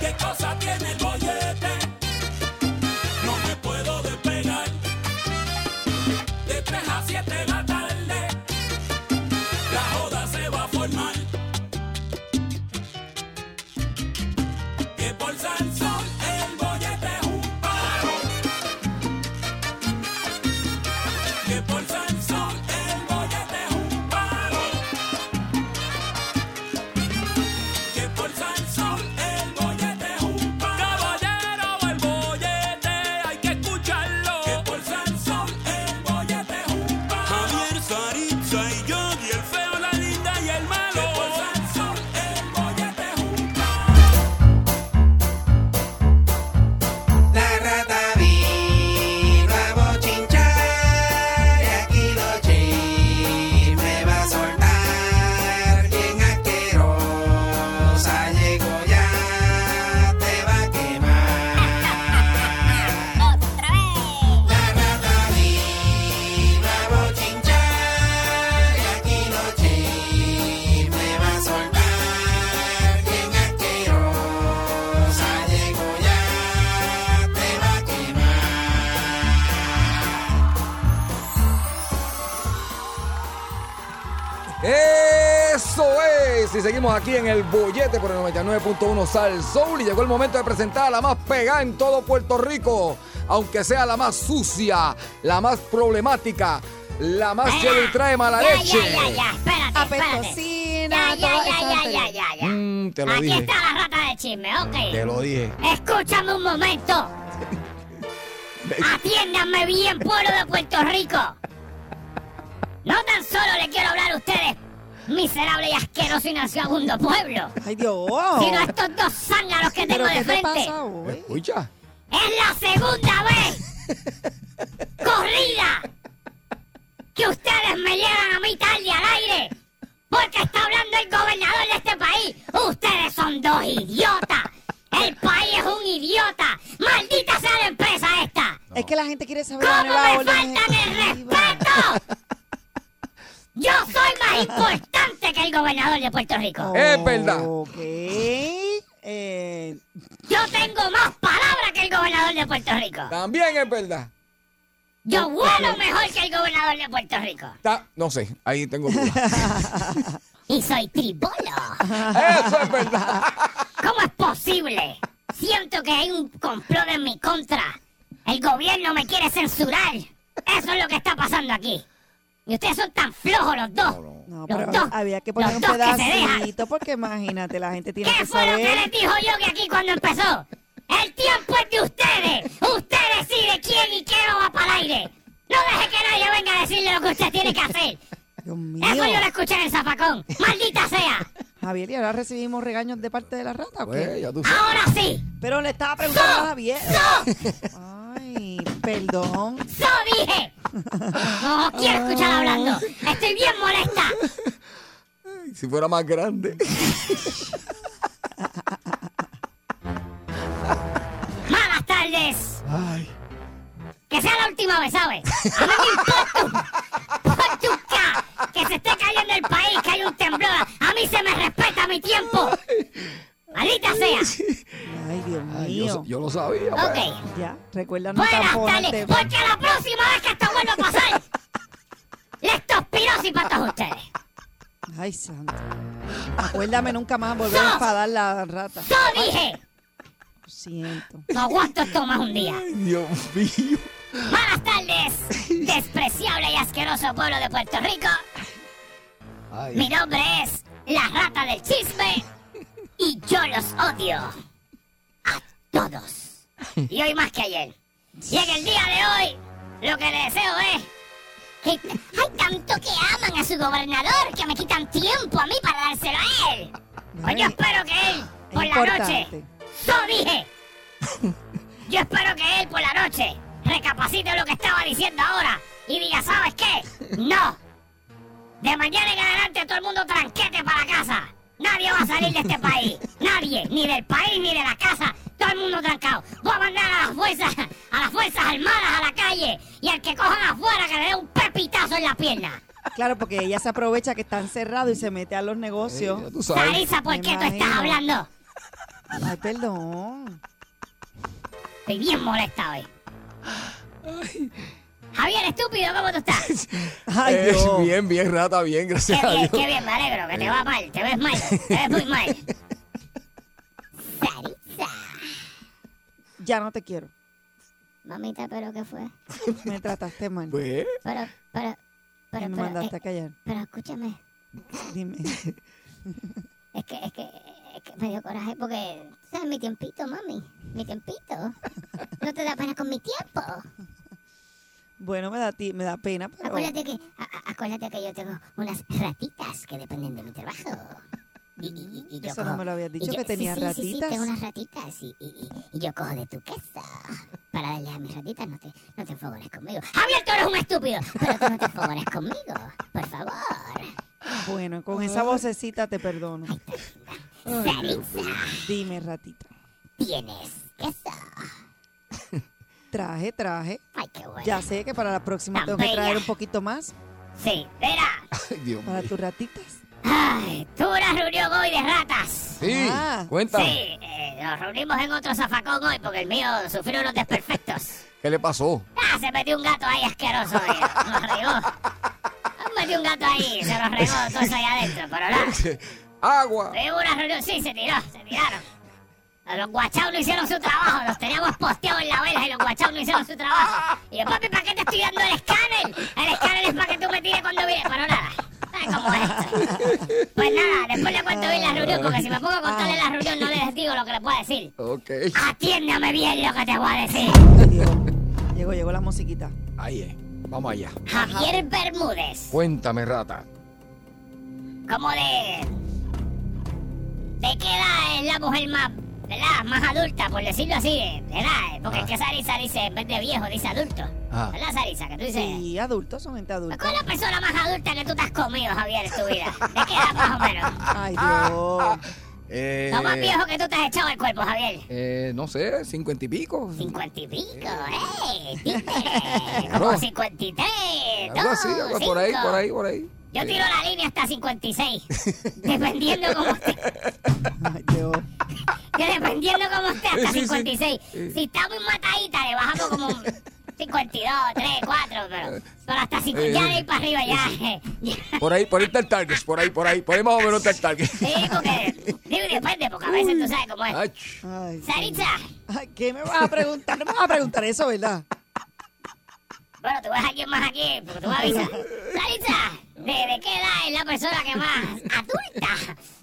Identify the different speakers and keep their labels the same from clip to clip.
Speaker 1: ¿Qué cosa tiene el bollete? No me puedo despegar. De 3 a 7 de la tarde, la joda se va a formar. Que por Sansón el bollete es un paro. Que por Sansón el bollete es un paro. Que por Sansón el bollete es un paro. Caballero, el bollete hay que escucharlo. Que por Sansón el bollete es un paro. Javier, Saritza y yo, y el feo, la linda y el malo. Que por Sansón el bollete es un paro.
Speaker 2: La rata vino a bochinchar y aquí los chismes va a soltar. Bien asquerosa llegó ya, te va a quemar. La rata vino a bochinchar y aquí los chismes va a soltar. Bien asquerosa llegó ya, te va a quemar.
Speaker 3: Eso es. Y seguimos aquí en el bollete por el 99.1 Sal Soul. Y llegó el momento de presentar a la más pegada en todo Puerto Rico. Aunque sea la más sucia, la más problemática, la más que le trae mala
Speaker 4: Ya,
Speaker 3: leche.
Speaker 4: Ya, ya, ya, espérate, espérate.
Speaker 5: Apetosina,
Speaker 4: Ya, ya, ya, ya, ya, ya, ya.
Speaker 3: Mm, te lo
Speaker 4: Aquí
Speaker 3: dije.
Speaker 4: está la rata de chisme,
Speaker 3: Te
Speaker 4: ok.
Speaker 3: lo dije.
Speaker 4: Escúchame un momento. Atiéndanme bien, pueblo de Puerto Rico. No tan solo le quiero hablar a ustedes, miserable y asqueroso y nauseabundo pueblo,
Speaker 5: Ay, Dios.
Speaker 4: sino a estos dos zánganos que tengo
Speaker 5: ¿Pero qué
Speaker 4: de
Speaker 5: te
Speaker 4: frente.
Speaker 5: pasa hoy?
Speaker 3: Escucha.
Speaker 4: Es la segunda vez corrida que ustedes me llevan a mí tarde al aire. Porque está hablando el gobernador de este país. Ustedes son dos idiotas. El país es un idiota. Maldita sea la empresa esta.
Speaker 5: Es que la gente quiere saber
Speaker 4: ¿Cómo
Speaker 5: dónde la
Speaker 4: me
Speaker 5: orden
Speaker 4: faltan el
Speaker 5: ejecutiva.
Speaker 4: respeto? Yo soy más importante que el gobernador de Puerto Rico.
Speaker 3: Es verdad.
Speaker 5: Ok. Eh,
Speaker 4: Yo tengo más palabras que el gobernador de Puerto Rico.
Speaker 3: También es verdad.
Speaker 4: Yo vuelo mejor que el gobernador de Puerto Rico.
Speaker 3: Ta- no sé, ahí tengo dudas.
Speaker 4: Y soy tribolo.
Speaker 3: Eso es verdad.
Speaker 4: ¿Cómo es posible? Siento que hay un complot en mi contra. El gobierno me quiere censurar. Eso es lo que está pasando aquí. Y ustedes son tan flojos los dos. Los
Speaker 5: no, pero
Speaker 4: dos,
Speaker 5: había que poner
Speaker 4: los
Speaker 5: un
Speaker 4: dos que se dejan.
Speaker 5: pedacito porque imagínate, la gente tiene
Speaker 4: ¿Qué
Speaker 5: que
Speaker 4: fue lo que les
Speaker 5: saber.
Speaker 4: dijo yo que aquí cuando empezó? El tiempo es de ustedes. Usted decide quién y qué no va para el aire. No deje que nadie venga a decirle lo que usted tiene que hacer.
Speaker 5: Dios
Speaker 4: Eso yo
Speaker 5: mío.
Speaker 4: lo escuché en el zapacón. Maldita sea.
Speaker 5: Javier, ¿y ahora recibimos regaños de parte de la rata o
Speaker 3: Pues,
Speaker 5: qué?
Speaker 3: ya tú sabes.
Speaker 4: Ahora sí.
Speaker 5: Pero le estaba preguntando a Javier.
Speaker 4: ¡No!
Speaker 5: Ay, perdón.
Speaker 4: ¡Eso dije! No os quiero escuchar hablando. Estoy bien molesta.
Speaker 3: Si fuera más grande.
Speaker 4: Malas tardes.
Speaker 3: Ay.
Speaker 4: Que sea la última vez, ¿sabes? A mí me importa un- un ca- que se esté cayendo el país, que hay un temblor. A mí se me respeta mi tiempo. Maldita sea.
Speaker 5: Ay, Dios
Speaker 3: Ay, yo,
Speaker 5: mío.
Speaker 3: yo lo sabía. pues.
Speaker 4: Ok.
Speaker 5: Ya, recuérdanos
Speaker 4: Buenas tardes.
Speaker 5: tamponarte.
Speaker 4: Porque la próxima vez que esto vuelva a pasar, les tospiro y patas a ustedes.
Speaker 5: Ay, santo. Acuérdame nunca más volver a enfadar la rata.
Speaker 4: Yo dije.
Speaker 5: Lo siento.
Speaker 4: No aguanto esto más un día.
Speaker 3: Ay, Dios mío.
Speaker 4: Buenas tardes, despreciable y asqueroso pueblo de Puerto Rico.
Speaker 3: Ay.
Speaker 4: Mi nombre es la rata del chisme y yo los odio a todos. Y hoy más que ayer. Y en el día de hoy, lo que le deseo es que hay tanto que aman a su gobernador que me quitan tiempo a mí para dárselo a él. Hoy Pues yo espero que él,
Speaker 5: Es
Speaker 4: por la noche,
Speaker 5: importante.
Speaker 4: yo dije. Yo espero que él por la noche recapacite lo que estaba diciendo ahora y diga, ¿sabes qué? No. De mañana en adelante todo el mundo tranquete para casa. Nadie va a salir de este país. Nadie, ni del país ni de la casa. Todo el mundo trancado. Voy a mandar a las fuerzas, a las fuerzas armadas a la calle y al que cojan afuera que le dé un pepinazo pitazo en la pierna.
Speaker 5: Claro, porque ella se aprovecha que están cerrados y se mete a los negocios.
Speaker 3: Ya tú sabes.
Speaker 4: Sarisa, ¿por
Speaker 5: Me
Speaker 4: qué tú estás
Speaker 5: imagino.
Speaker 4: hablando?
Speaker 5: Ay, perdón.
Speaker 4: Estoy bien molesta hoy. Javier, estúpido, ¿cómo tú estás?
Speaker 5: Ay,
Speaker 3: Eh,
Speaker 5: Dios.
Speaker 3: bien, bien, rata, bien,
Speaker 4: Qué
Speaker 3: gracias a
Speaker 4: bien,
Speaker 3: Dios.
Speaker 4: qué bien, me alegro, que te va mal, te ves mal, te ves muy mal. Sarisa.
Speaker 5: Ya no te quiero.
Speaker 4: Mamita, ¿pero qué fue?
Speaker 5: Me trataste mal.
Speaker 3: Pues,
Speaker 4: Pero, pero,
Speaker 5: y
Speaker 4: pero,
Speaker 5: me
Speaker 4: pero,
Speaker 5: mandaste a
Speaker 4: eh,
Speaker 5: callar.
Speaker 4: pero escúchame.
Speaker 5: Dime.
Speaker 4: Es que, es que, es que me dio coraje porque, ¿sabes? Mi tiempito, mami. Mi tiempito. No te da pena con mi tiempo.
Speaker 5: Bueno, me da, ti- me da pena, pero
Speaker 4: Acuérdate que, a- a- acuérdate que yo tengo unas ratitas que dependen de mi trabajo. Y, y- y- y yo
Speaker 5: Eso no
Speaker 4: cojo-
Speaker 5: me lo habías
Speaker 4: y
Speaker 5: dicho,
Speaker 4: yo-
Speaker 5: que tenía
Speaker 4: sí, sí, Sí, sí,
Speaker 5: ratitas.
Speaker 4: tengo unas ratitas y, y- y- y yo cojo de tu casa para darle a mis ratitas. No te, no te enfogones conmigo. Javier, tú eres un estúpido, pero tú no te enfogones conmigo. Por favor.
Speaker 5: bueno, con esa vocecita te perdono.
Speaker 4: Sarisa,
Speaker 5: Dime, ratita.
Speaker 4: tienes queso.
Speaker 5: Traje, traje.
Speaker 4: Ay, qué bueno.
Speaker 5: Ya sé que para la próxima
Speaker 4: Tan
Speaker 5: tengo que
Speaker 4: bella.
Speaker 5: traer un poquito más
Speaker 4: Sí, mira.
Speaker 3: ay, Dios mío.
Speaker 5: para tus ratitas.
Speaker 4: Ay, tuve una reunión hoy de ratas.
Speaker 3: Sí,
Speaker 5: Ah.
Speaker 3: cuéntame.
Speaker 4: Sí, eh, nos reunimos en otro zafacón hoy porque el mío sufrió unos desperfectos.
Speaker 3: ¿Qué le pasó?
Speaker 4: Ah, se metió un gato ahí asqueroso. eh, Nos regó. Ah, Metió un gato ahí, se nos regó todo eso ahí adentro, pero nada.
Speaker 3: Agua.
Speaker 4: Tuvimos una reunión, sí, se tiró, se tiraron. A Los guachaos no hicieron su trabajo, los teníamos posteados en la vela y los guachaos no hicieron su trabajo. Y yo, papi, ¿para qué te estoy dando el escáner? El escáner es para que tú me tires cuando vienes, pero nada. ¿Sabes cómo es esto? Pues nada, después le cuento bien la reunión, porque si me pongo a contarle la reunión no les digo lo que les puedo decir.
Speaker 3: Ok.
Speaker 4: Atiéndame bien lo que te voy a decir.
Speaker 5: Ay, Dios. Llegó, llegó la musiquita.
Speaker 3: Ahí es. Vamos allá.
Speaker 4: Javier Bermúdez,
Speaker 3: Cuéntame, rata.
Speaker 4: como de... ¿De qué edad es la mujer más, ¿verdad? Más adulta, por decirlo así, eh, ¿verdad? Porque es que Sarisa dice, en vez de viejo, dice adulto.
Speaker 3: Ah.
Speaker 4: ¿Verdad, Sarisa? Que tú dices... "Pues,
Speaker 5: Y adultos son gente adulta.
Speaker 4: ¿Cuál es la persona más adulta que tú te has comido, Javier, en tu vida? ¿De qué edad más o menos?
Speaker 5: Ay, Dios.
Speaker 3: Eh,
Speaker 4: Lo más viejo que tú te has echado el cuerpo, Javier.
Speaker 3: eh, no sé, cincuenta y pico.
Speaker 4: Cincuenta y pico, ¿eh? Dime. Como
Speaker 3: Claro.
Speaker 4: cincuenta y tres,
Speaker 3: Algo así,
Speaker 4: dos,
Speaker 3: algo por ahí,
Speaker 4: cinco.
Speaker 3: por ahí, por ahí. Eh,
Speaker 4: Yo tiro la línea hasta 56. dependiendo cómo esté.
Speaker 5: Ay, Dios.
Speaker 4: Que dependiendo cómo esté,
Speaker 3: Sí,
Speaker 4: hasta
Speaker 3: sí, Eh. sí.
Speaker 4: 56. Si está muy matadita, le bajamos como un 52, 3, 4, pero, pero hasta
Speaker 3: Eh,
Speaker 4: 50. Ya de ahí para arriba, ya. ya.
Speaker 3: Por ahí, por ahí está el target, por ahí, por ahí, por ahí más o menos está el target.
Speaker 4: Sí, porque. Digo, depende, porque a veces tú sabes cómo es.
Speaker 3: Ach,
Speaker 5: Ay,
Speaker 4: Saritza,
Speaker 5: Ay, ¿Qué me vas a preguntar? No me vas a preguntar eso, ¿verdad?
Speaker 4: bueno, tú ves a alguien más aquí, porque tú me avisas. Saritza, ¿de, de qué edad es la persona que más adulta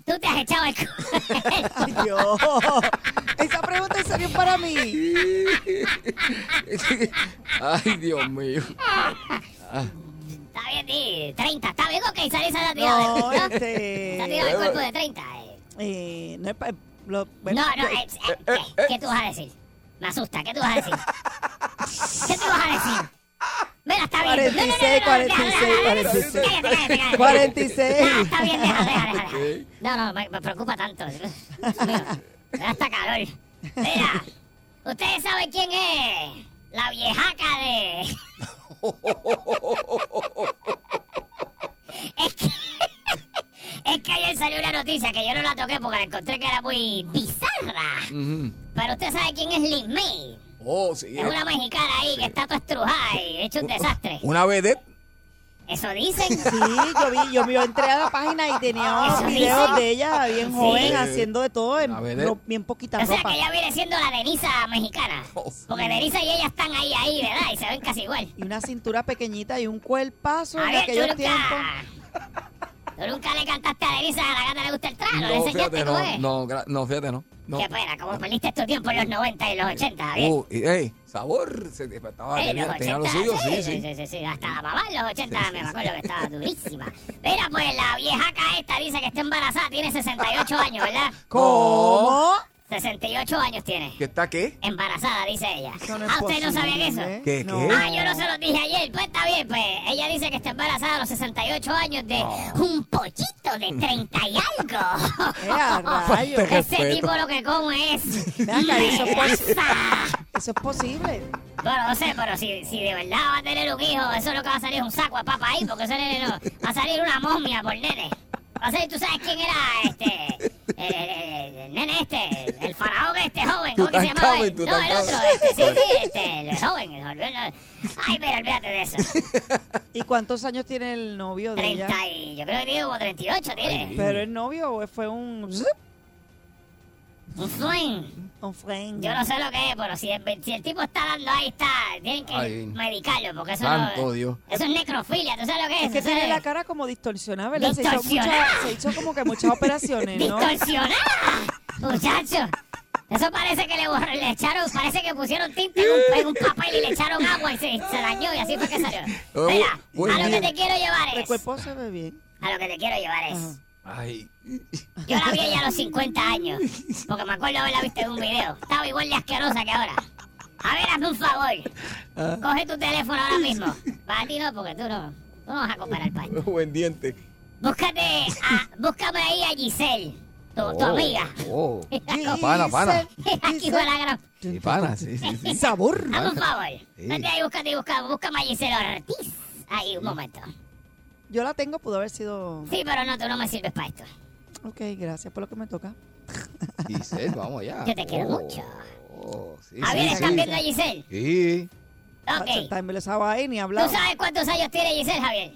Speaker 4: tú te has echado el cu-
Speaker 5: Ay, Dios. Esa pregunta es serio para mí.
Speaker 3: Ay, Dios mío.
Speaker 4: Está bien, di, 30, está bien, ok, Saritza la ha tirado.
Speaker 5: No,
Speaker 4: de- Te ha tirado el
Speaker 5: este.
Speaker 4: cuerpo de 30. eh.
Speaker 5: eh, no es pa- lo- bueno,
Speaker 4: No, no, eh, eh, ¿qué, qué tú vas a decir? Me asusta, ¿qué tú vas a decir? ¿Qué tú vas a decir? Mira, está bien. No, no, no, no,
Speaker 5: 46,
Speaker 4: no, déjala, déjala,
Speaker 5: 46.
Speaker 4: déjala, cállate, cállate, cállate. Ah,
Speaker 5: 46.
Speaker 4: está bien, deja, deja, deja. deja. No, no, me, me preocupa tanto. Dios mío, me da hasta calor. Mira, ¿ustedes saben quién es? La viejaca de... es que... Es que ayer salió una noticia que yo no la toqué porque la encontré que era muy bizarra.
Speaker 3: Ujú.
Speaker 4: Pero usted sabe quién es Lin May.
Speaker 3: Oh, sí.
Speaker 4: Es una mexicana ahí que está toda estrujada y hecho un desastre.
Speaker 3: Una vedette.
Speaker 4: Eso dicen.
Speaker 5: Sí, yo vi, yo, vi- yo entré a la página y tenía unos
Speaker 4: Eso
Speaker 5: videos
Speaker 4: dice.
Speaker 5: de ella bien
Speaker 4: Sí.
Speaker 5: joven haciendo de todo en
Speaker 3: A ver, eh.
Speaker 5: ro- bien poquita
Speaker 4: O sea
Speaker 5: ropa.
Speaker 4: que ella viene siendo la Denisa mexicana. Porque Denisa y ella están ahí, ahí, ¿verdad? Y se ven casi igual.
Speaker 5: Y una cintura pequeñita y un cuerpazo
Speaker 4: A
Speaker 5: en
Speaker 4: ver,
Speaker 5: aquellos
Speaker 4: tú
Speaker 5: tiempos.
Speaker 4: nunca. Tú nunca le cantaste a Denisa a la gata le gusta el trago. le
Speaker 3: No,
Speaker 4: enseñaste
Speaker 3: fíjate, no,
Speaker 4: cómo es.
Speaker 3: no, gra- no, fíjate, no. no.
Speaker 4: Qué pena, como perdiste tu tiempo en los 90 y los 80, Javier.
Speaker 3: Oh, y, ey, sabor. Se, pues, estaba,
Speaker 4: Eh,
Speaker 3: tenía,
Speaker 4: los
Speaker 3: tenía lo
Speaker 4: 80,
Speaker 3: suyo,
Speaker 4: sí,
Speaker 3: sí,
Speaker 4: sí,
Speaker 3: sí.
Speaker 4: sí, sí, Hasta la mamá en los 80 me acuerdo que estaba durísima. Mira, pues la viejaca esta dice que está embarazada, tiene 68 años, ¿verdad?
Speaker 5: ¿Cómo?
Speaker 4: 68 años tiene.
Speaker 3: ¿Qué está qué?
Speaker 4: Embarazada, dice ella.
Speaker 5: Eso es
Speaker 4: ah, ¿ustedes no sabían eso?
Speaker 5: posible. ¿eh?
Speaker 3: ¿Qué,
Speaker 5: No.
Speaker 3: qué?
Speaker 4: Ah, yo no se los dije ayer, pues está bien, pues ella dice que está embarazada a los 68 años de un pollito de 30 y algo.
Speaker 5: Eh, a rayos.
Speaker 3: Qué
Speaker 4: Ese
Speaker 3: respeto.
Speaker 4: tipo lo que come es
Speaker 5: Ven acá, eso es
Speaker 4: melaza.
Speaker 5: Eso es posible.
Speaker 4: Bueno, no sé, pero si, si de verdad va a tener un hijo, eso lo que va a salir es un saco de papa ahí, porque ese nene no, va a salir una momia por nene. Va a salir, tú sabes quién era este, el, el- el- el nene este, el, el faraón este joven, ¿cómo que se llamaba? él? No, el
Speaker 3: Tutankamen,
Speaker 4: otro, este, sí, sí, este, el joven, el joven. el- Ay, pero olvídate de eso.
Speaker 5: ¿Y cuántos años tiene el novio de ella?
Speaker 4: 30 y, yo creo que tiene como 38, tiene.
Speaker 5: Pero el novio fue un...
Speaker 4: Un swing.
Speaker 5: Un friend.
Speaker 4: Yo no sé lo que es, pero si el, si el tipo está dando ahí, está, tienen que
Speaker 3: Ay.
Speaker 4: medicarlo, porque eso
Speaker 3: Santo
Speaker 4: no,
Speaker 3: Dios.
Speaker 4: Eso es necrofilia, ¿tú sabes lo que es?
Speaker 5: Es que
Speaker 4: Eso
Speaker 5: tiene
Speaker 4: es-
Speaker 5: la cara como distorsionada, ¿verdad? Se hizo,
Speaker 4: ¡Distorsionada!
Speaker 5: mucha- se hizo como que muchas operaciones, ¿no?
Speaker 4: ¡Distorsionada! Muchacho, eso parece que le, borra- le echaron, parece que pusieron tinta en un, en un papel y le echaron agua y se, se dañó y así fue que salió.
Speaker 3: Oh,
Speaker 4: Mira,
Speaker 3: buen
Speaker 4: a lo
Speaker 3: día.
Speaker 4: que te quiero llevar
Speaker 5: El
Speaker 4: es,
Speaker 5: cuerpo se ve bien.
Speaker 4: a lo que te quiero llevar es,
Speaker 5: Ajá.
Speaker 3: Ay.
Speaker 4: yo la vi ella a los 50 años, porque me acuerdo haberla visto en un video, estaba igual de asquerosa que ahora. A ver, hazme un favor, coge tu teléfono ahora mismo, para ti no, porque tú no, tú no vas a comprar el país.
Speaker 3: Buen diente.
Speaker 4: Búscate, a, búscame ahí a Giselle, tu, tu
Speaker 3: Oh,
Speaker 4: amiga.
Speaker 3: Oh. La pana, pana.
Speaker 4: Aquí fue la gran...
Speaker 3: Sí, pana, sí, sí, sí.
Speaker 5: Sabor.
Speaker 4: Hazme un favor. Vete ahí, búscate y busca, búscame a Giselle Ortiz. Ahí, un momento.
Speaker 5: Yo la tengo, pudo haber sido...
Speaker 4: Sí, pero no, tú no me sirves para esto.
Speaker 5: Ok, gracias por lo que me toca.
Speaker 3: Giselle, vamos allá.
Speaker 4: Yo te quiero mucho.
Speaker 3: Oh, sí,
Speaker 4: Javier,
Speaker 3: sí,
Speaker 4: ¿estás
Speaker 3: sí.
Speaker 4: viendo a Giselle?
Speaker 3: Sí.
Speaker 5: Tacho,
Speaker 4: Ok.
Speaker 5: Ah, Está embelesado ahí, ni
Speaker 4: ¿Tú
Speaker 5: hablaba.
Speaker 4: sabes cuántos años tiene Giselle, Javier?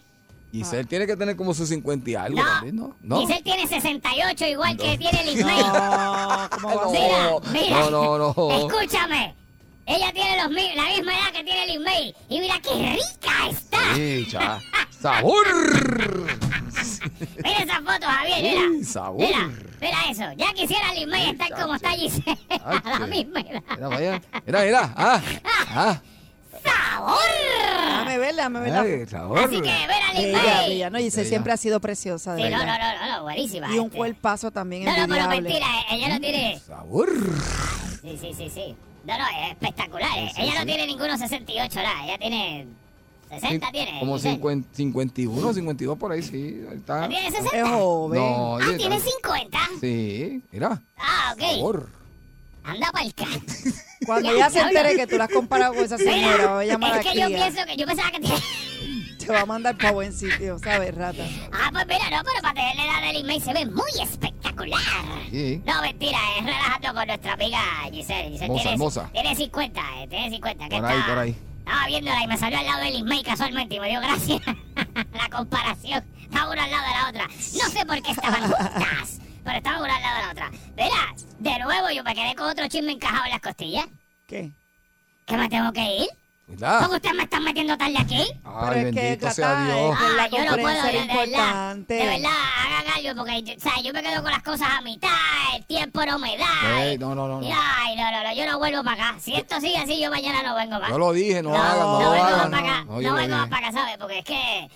Speaker 3: Giselle tiene que tener como sus 50 y algo
Speaker 4: Ah. No.
Speaker 3: también, ¿no? No.
Speaker 4: Giselle tiene 68, igual que tiene Lismay.
Speaker 5: No, ¿cómo va a ser?
Speaker 4: Mira,
Speaker 3: No,
Speaker 4: mira.
Speaker 3: no, no, no.
Speaker 4: Escúchame. Ella tiene los, mi- la misma edad que tiene Lismay. Y mira qué rica está.
Speaker 3: Sí, cha. ¡Sabor!
Speaker 4: Mira esa foto, Javier, mira.
Speaker 3: Uy, sabor. Ah,
Speaker 4: Mira, mira eso. Ya quisiera Lismay estar como está Giselle. A la
Speaker 3: Chacho.
Speaker 4: misma edad.
Speaker 3: Mira, vaya. Mira, mira. Ah, ah.
Speaker 4: ¡Sabor!
Speaker 5: Déjame verla, déjame verla.
Speaker 3: Ay, sabor.
Speaker 4: Así que ver a
Speaker 5: Bella,
Speaker 4: Limay.
Speaker 5: bella, ¿no? Y se
Speaker 3: Bella.
Speaker 5: siempre ha sido preciosa, de
Speaker 4: Sí, no, no,
Speaker 5: verdad.
Speaker 4: no, no, no, buenísima.
Speaker 5: Y un
Speaker 4: este.
Speaker 5: cuerpazo también
Speaker 4: No, no, pero
Speaker 5: envidiable.
Speaker 4: mentira, eh, ella no
Speaker 3: Mm.
Speaker 4: tiene.
Speaker 3: Sabor.
Speaker 4: Sí, sí, sí, sí. No, no, es espectacular. eh. Ella no tiene ninguno 68, nada. Ella tiene. 60 tiene.
Speaker 3: Como
Speaker 4: Giselle.
Speaker 3: 50, 51, 52 por ahí, sí. Ahí está.
Speaker 4: ¿No tiene 60?
Speaker 5: Es joven.
Speaker 3: No,
Speaker 4: Ah,
Speaker 3: oye,
Speaker 4: tiene
Speaker 3: está-
Speaker 4: 50.
Speaker 3: Sí, mira.
Speaker 4: Ah, ok.
Speaker 3: Sabor.
Speaker 4: Anda para el carro.
Speaker 5: Cuando
Speaker 4: Ya,
Speaker 5: ella se
Speaker 4: ya habla.
Speaker 5: entere que tú la has comparado con esa señora, va a llamar a
Speaker 4: es
Speaker 5: la
Speaker 4: que yo
Speaker 5: cría.
Speaker 4: pienso que yo pensaba que tenía.
Speaker 5: Te va a mandar para buen sitio, ¿sabes, rata?
Speaker 4: Ah, pues mira, no, pero para tener la edad del Limay se ve muy espectacular.
Speaker 3: Sí.
Speaker 4: No, mentira, es relajando con nuestra amiga Giselle. Giselle
Speaker 3: Moza,
Speaker 4: tiene,
Speaker 3: moza.
Speaker 4: tiene 50, eh, tiene 50. que
Speaker 3: Por ahí,
Speaker 4: está-
Speaker 3: por ahí.
Speaker 4: Estaba viéndola y me salió al lado de Ismael casualmente y me dio gracia la comparación. Estaba una al lado de la otra. No sé por qué estaban juntas, pero estaban una al lado de la otra. Verás, de nuevo yo me quedé con otro chisme encajado en las costillas.
Speaker 5: ¿Qué?
Speaker 4: ¿Que me tengo que ir? ¿Cómo
Speaker 3: Mira.
Speaker 4: ustedes me están metiendo tarde aquí?
Speaker 3: Ay,
Speaker 5: Pero es que,
Speaker 3: bendito
Speaker 5: Clatá,
Speaker 3: sea Dios.
Speaker 5: es- Pues la
Speaker 4: Ah, yo no puedo, de,
Speaker 5: conferencia era
Speaker 4: de verdad.
Speaker 5: importante.
Speaker 4: De verdad, hagan algo, porque yo, o sea, yo me quedo con las cosas a mitad, el tiempo no me da.
Speaker 3: Ey, no, no, no, no.
Speaker 4: Y, Ay, no, no, no, yo no vuelvo para acá. Si esto sigue así, yo mañana no vengo más.
Speaker 3: Yo lo dije, no, hagan, no,
Speaker 4: no vengo más
Speaker 3: hagan.
Speaker 4: para acá,
Speaker 3: No,
Speaker 4: no,
Speaker 3: yo lo
Speaker 4: vengo más
Speaker 3: dije.
Speaker 4: para acá, ¿sabes? Porque es que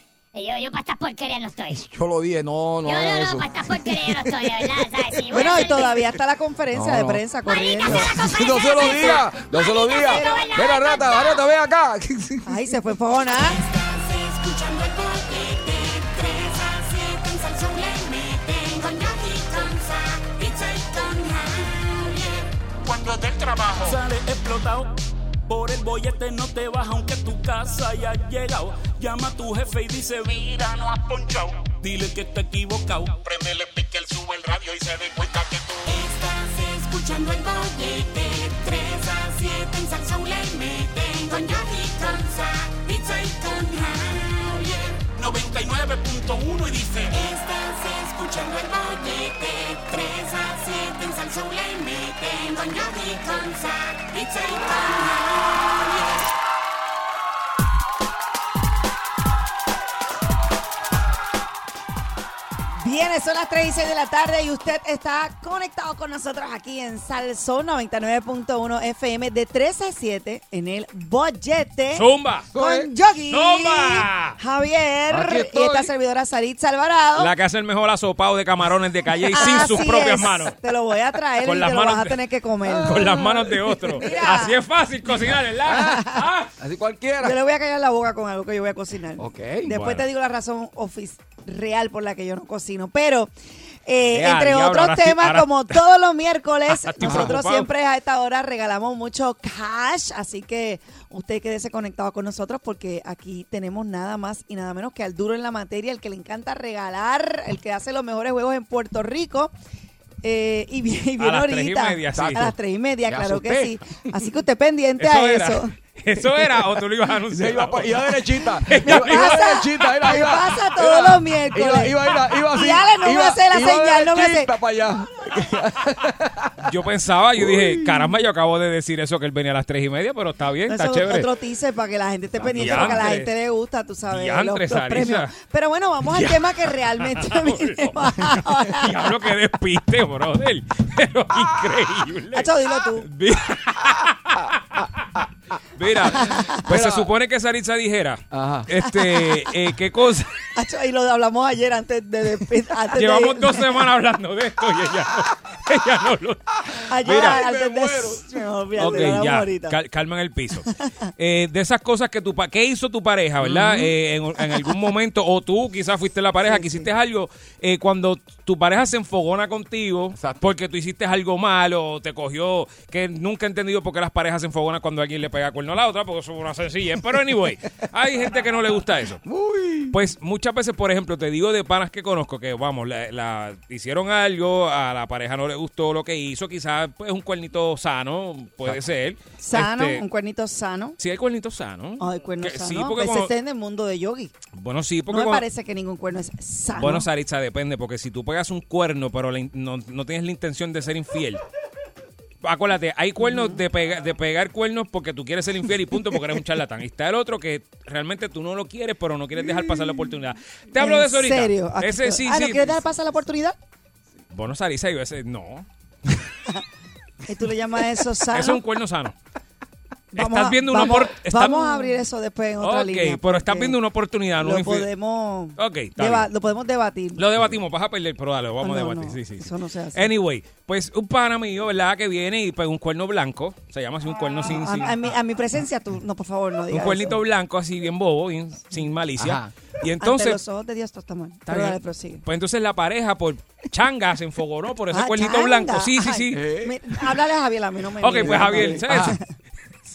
Speaker 4: yo, yo para estas porquerías no estoy.
Speaker 3: Yo lo dije, no, no
Speaker 4: yo no,
Speaker 3: hagan
Speaker 4: no,
Speaker 3: eso.
Speaker 4: para estas porquerías yo no estoy, de verdad, ¿sabes? Si voy a
Speaker 5: Bueno, y
Speaker 4: hacer-
Speaker 5: todavía está la conferencia
Speaker 3: No,
Speaker 5: de
Speaker 3: no.
Speaker 5: prensa
Speaker 4: ¡Maldita
Speaker 5: corriendo.
Speaker 4: sea la conferencia
Speaker 3: No se lo
Speaker 4: de
Speaker 3: diga,
Speaker 4: prensa!
Speaker 3: no se lo
Speaker 4: Maldita
Speaker 3: diga.
Speaker 4: sea, no venga
Speaker 3: Mira,
Speaker 4: más
Speaker 3: rata,
Speaker 4: tanta.
Speaker 3: rata, ven acá.
Speaker 5: Ay, se fue enfogonada.
Speaker 2: Estás escuchando el bollete, 3 a 7 en Salsón le meten con Yogi, con Zack, y Chay, con Javier.
Speaker 6: cuando del trabajo.
Speaker 1: Sale explotado. Por el bollete no te baja aunque tu casa haya llegado. Llama a tu jefe y dice,
Speaker 6: Mira, no has ponchado.
Speaker 1: dile que está equivocado.
Speaker 6: Prendele pique, el sube el radio y se dé cuenta que tú.
Speaker 2: Estás escuchando el bollete, 3 a 7 en Salsón le meten con Yogi, con Zack, y Chay, con Javier.
Speaker 6: 99.1 y dice.
Speaker 2: Estás escuchando el bollete, 3 a 7 en Salsón le meten con Yogi, con Zack, y Chay, con Javier.
Speaker 5: Bien, son las 3 y 6 de la tarde y usted está conectado con nosotros aquí en Salsón 99.1 FM de 3 a 7 en el Bollete.
Speaker 7: Zumba.
Speaker 5: Con Yogi.
Speaker 7: ¡Zumba!
Speaker 3: Aquí
Speaker 5: Javier.
Speaker 3: estoy.
Speaker 5: Y esta servidora Saritza Alvarado.
Speaker 7: La que hace el mejor asopado de camarones de calle y sin sus
Speaker 5: Oh. Así
Speaker 7: propias
Speaker 5: es.
Speaker 7: manos.
Speaker 5: Te lo voy a traer
Speaker 7: Con
Speaker 5: y
Speaker 7: las
Speaker 5: te lo
Speaker 7: manos
Speaker 5: vas a
Speaker 7: de-
Speaker 5: tener que comer. Ah.
Speaker 7: Con las manos de otro.
Speaker 5: Mira.
Speaker 7: Así es fácil cocinar, ¿verdad? Ah,
Speaker 3: Así
Speaker 5: Yo le
Speaker 3: cualquiera.
Speaker 5: voy a callar la boca con algo que yo voy a cocinar.
Speaker 3: Ok,
Speaker 5: Después
Speaker 7: bueno.
Speaker 5: te digo la razón office real por la que yo no cocino. Pero Eh,
Speaker 7: Ya,
Speaker 5: entre
Speaker 7: diablo,
Speaker 5: otros
Speaker 7: ahora sí,
Speaker 5: temas,
Speaker 7: ahora-
Speaker 5: como todos los miércoles,
Speaker 7: Estoy
Speaker 5: nosotros
Speaker 7: preocupado.
Speaker 5: siempre a esta hora regalamos mucho cash, así que usted quédese conectado con nosotros porque aquí tenemos nada más y nada menos que al duro en la materia, el que le encanta regalar, el que hace los mejores juegos en Puerto Rico. eh, y bien, y bien
Speaker 7: las tres y
Speaker 5: ahorita.
Speaker 7: media, sí.
Speaker 5: A las tres y media,
Speaker 3: Me
Speaker 5: claro que sí.
Speaker 3: asusté.
Speaker 5: Así que usted pendiente a eso.
Speaker 7: Eso era, o tú lo ibas a anunciar.
Speaker 3: Ya iba, pa- iba derechita.
Speaker 5: Me
Speaker 3: Iba, iba
Speaker 5: pasa-
Speaker 3: derechita. Iba,
Speaker 5: me
Speaker 3: iba,
Speaker 5: pasa todos
Speaker 3: iba-
Speaker 5: los miércoles.
Speaker 3: Iba, iba, iba, iba así.
Speaker 5: Y Ale, no me
Speaker 3: iba-
Speaker 5: hace la
Speaker 3: iba
Speaker 5: señal, no me hace-
Speaker 3: derechita pa' allá.
Speaker 7: Yo pensaba, yo dije, caramba, yo acabo de decir eso que él venía a las tres y media, pero está bien,
Speaker 5: Eso
Speaker 7: está
Speaker 5: es
Speaker 7: chévere.
Speaker 5: otro teaser para que la gente esté pendiente, porque a la
Speaker 7: diantre.
Speaker 5: gente le gusta, tú sabes, los-
Speaker 7: Diantre,
Speaker 5: los,
Speaker 7: Sarisa.
Speaker 5: premios. Pero bueno, vamos al tema que realmente me interesa ahora.
Speaker 7: Diablo, que despiste, brother. Pero
Speaker 5: Ah.
Speaker 7: increíble.
Speaker 5: Hacho, dilo tú.
Speaker 7: Vi- Mira, pues se supone que Saritza dijera,
Speaker 3: Ajá.
Speaker 7: este, eh, qué cosa.
Speaker 5: Hacho, y lo hablamos ayer antes de... despe- antes de-
Speaker 7: Llevamos dos semanas hablando de esto y ella no, ella no lo.
Speaker 5: Ayer
Speaker 7: Mira. Ay,
Speaker 5: antes de... Mejor, fíjate, lo hablamos ahorita.
Speaker 7: cal- calma en el piso. Eh, de esas cosas que tu pa- que hizo tu pareja, ¿verdad? Eh, en, en algún momento, o tú quizás fuiste la pareja que hiciste algo, eh, cuando tu pareja se enfogona contigo
Speaker 3: Exacto.
Speaker 7: porque tú hiciste algo malo, o te cogió, que nunca he entendido por qué las parejas se enfogonan cuando alguien le pega cuerno a la otra, porque eso es una sencillez. Pero anyway, hay gente que no le gusta eso. Pues muchas veces, por ejemplo, te digo de panas que conozco que, vamos, la, la- hicieron algo, a la pareja no le gustó lo que hizo, quizás pues un cuernito sano, puede ser.
Speaker 5: Sano,
Speaker 7: Este,
Speaker 5: un cuernito sano.
Speaker 7: Sí, hay cuernitos sanos.
Speaker 5: Ay, cuerno
Speaker 7: Que-
Speaker 5: sano.
Speaker 7: Sí, porque
Speaker 5: Pues
Speaker 7: cuando-
Speaker 5: está en el mundo de yogi.
Speaker 7: bueno, sí,
Speaker 5: No
Speaker 7: porque
Speaker 5: me
Speaker 7: cuando-
Speaker 5: parece que ningún cuerno es sano.
Speaker 7: Bueno, Saritza, depende, porque si tú pegas un cuerno, pero la in- no, no tienes la intención de ser infiel. Acuérdate, hay cuernos de, pega- de pegar cuernos porque tú quieres ser infiel y punto, porque eres un charlatán. Y está el otro que realmente tú no lo quieres, pero no quieres dejar pasar la oportunidad. Te hablo
Speaker 5: ¿En
Speaker 7: de eso ahorita.
Speaker 5: serio? Aquí
Speaker 7: Ese
Speaker 5: estoy.
Speaker 7: sí,
Speaker 5: ah,
Speaker 7: sí. pues.
Speaker 5: ¿no quieres dejar pasar la oportunidad?
Speaker 7: Bueno, Saritza, yo ese no.
Speaker 5: ¿Y tú le llamas eso sano?
Speaker 7: Eso es un cuerno sano.
Speaker 5: Vamos
Speaker 7: estás
Speaker 5: a-
Speaker 7: viendo una
Speaker 5: vamos,
Speaker 7: por- estás-
Speaker 5: vamos a abrir eso después en otra
Speaker 7: Ok,
Speaker 5: línea.
Speaker 7: pero estás
Speaker 5: porque
Speaker 7: viendo una oportunidad, no
Speaker 5: lo
Speaker 7: un infi-
Speaker 5: podemos,
Speaker 7: Ok, está
Speaker 5: deba-
Speaker 7: bien.
Speaker 5: lo podemos debatir.
Speaker 7: Mm. Lo debatimos, vas a perder, pero dale, lo vamos a
Speaker 5: Ah, No,
Speaker 7: debatir.
Speaker 5: no,
Speaker 7: sí, sí, sí.
Speaker 5: eso no se hace.
Speaker 7: Anyway, pues un pana mío, ¿verdad? Que viene y pega un cuerno blanco. Se llama así un cuerno sin.
Speaker 5: a,
Speaker 7: sin-
Speaker 5: a ah, mi, a mi presencia tú, no, por favor, no
Speaker 7: un
Speaker 5: digas
Speaker 7: cuernito
Speaker 5: eso.
Speaker 7: blanco, así bien bobo, bien- sin malicia.
Speaker 3: Ajá.
Speaker 7: Y
Speaker 5: Ante
Speaker 7: entonces.
Speaker 5: los ojos de Dios todo está mal.
Speaker 7: está
Speaker 5: Pero
Speaker 7: bien.
Speaker 5: dale, prosigue.
Speaker 7: Pues entonces la pareja por changa se enfogonó por ese
Speaker 5: Ah,
Speaker 7: cuernito
Speaker 5: changa.
Speaker 7: blanco. Sí, sí,
Speaker 5: Ay,
Speaker 7: sí.
Speaker 5: mi- háblale a Javier, a mí no me
Speaker 7: Ok,
Speaker 5: mires,
Speaker 7: pues Javier,
Speaker 5: Javier.
Speaker 7: se,
Speaker 3: Ajá.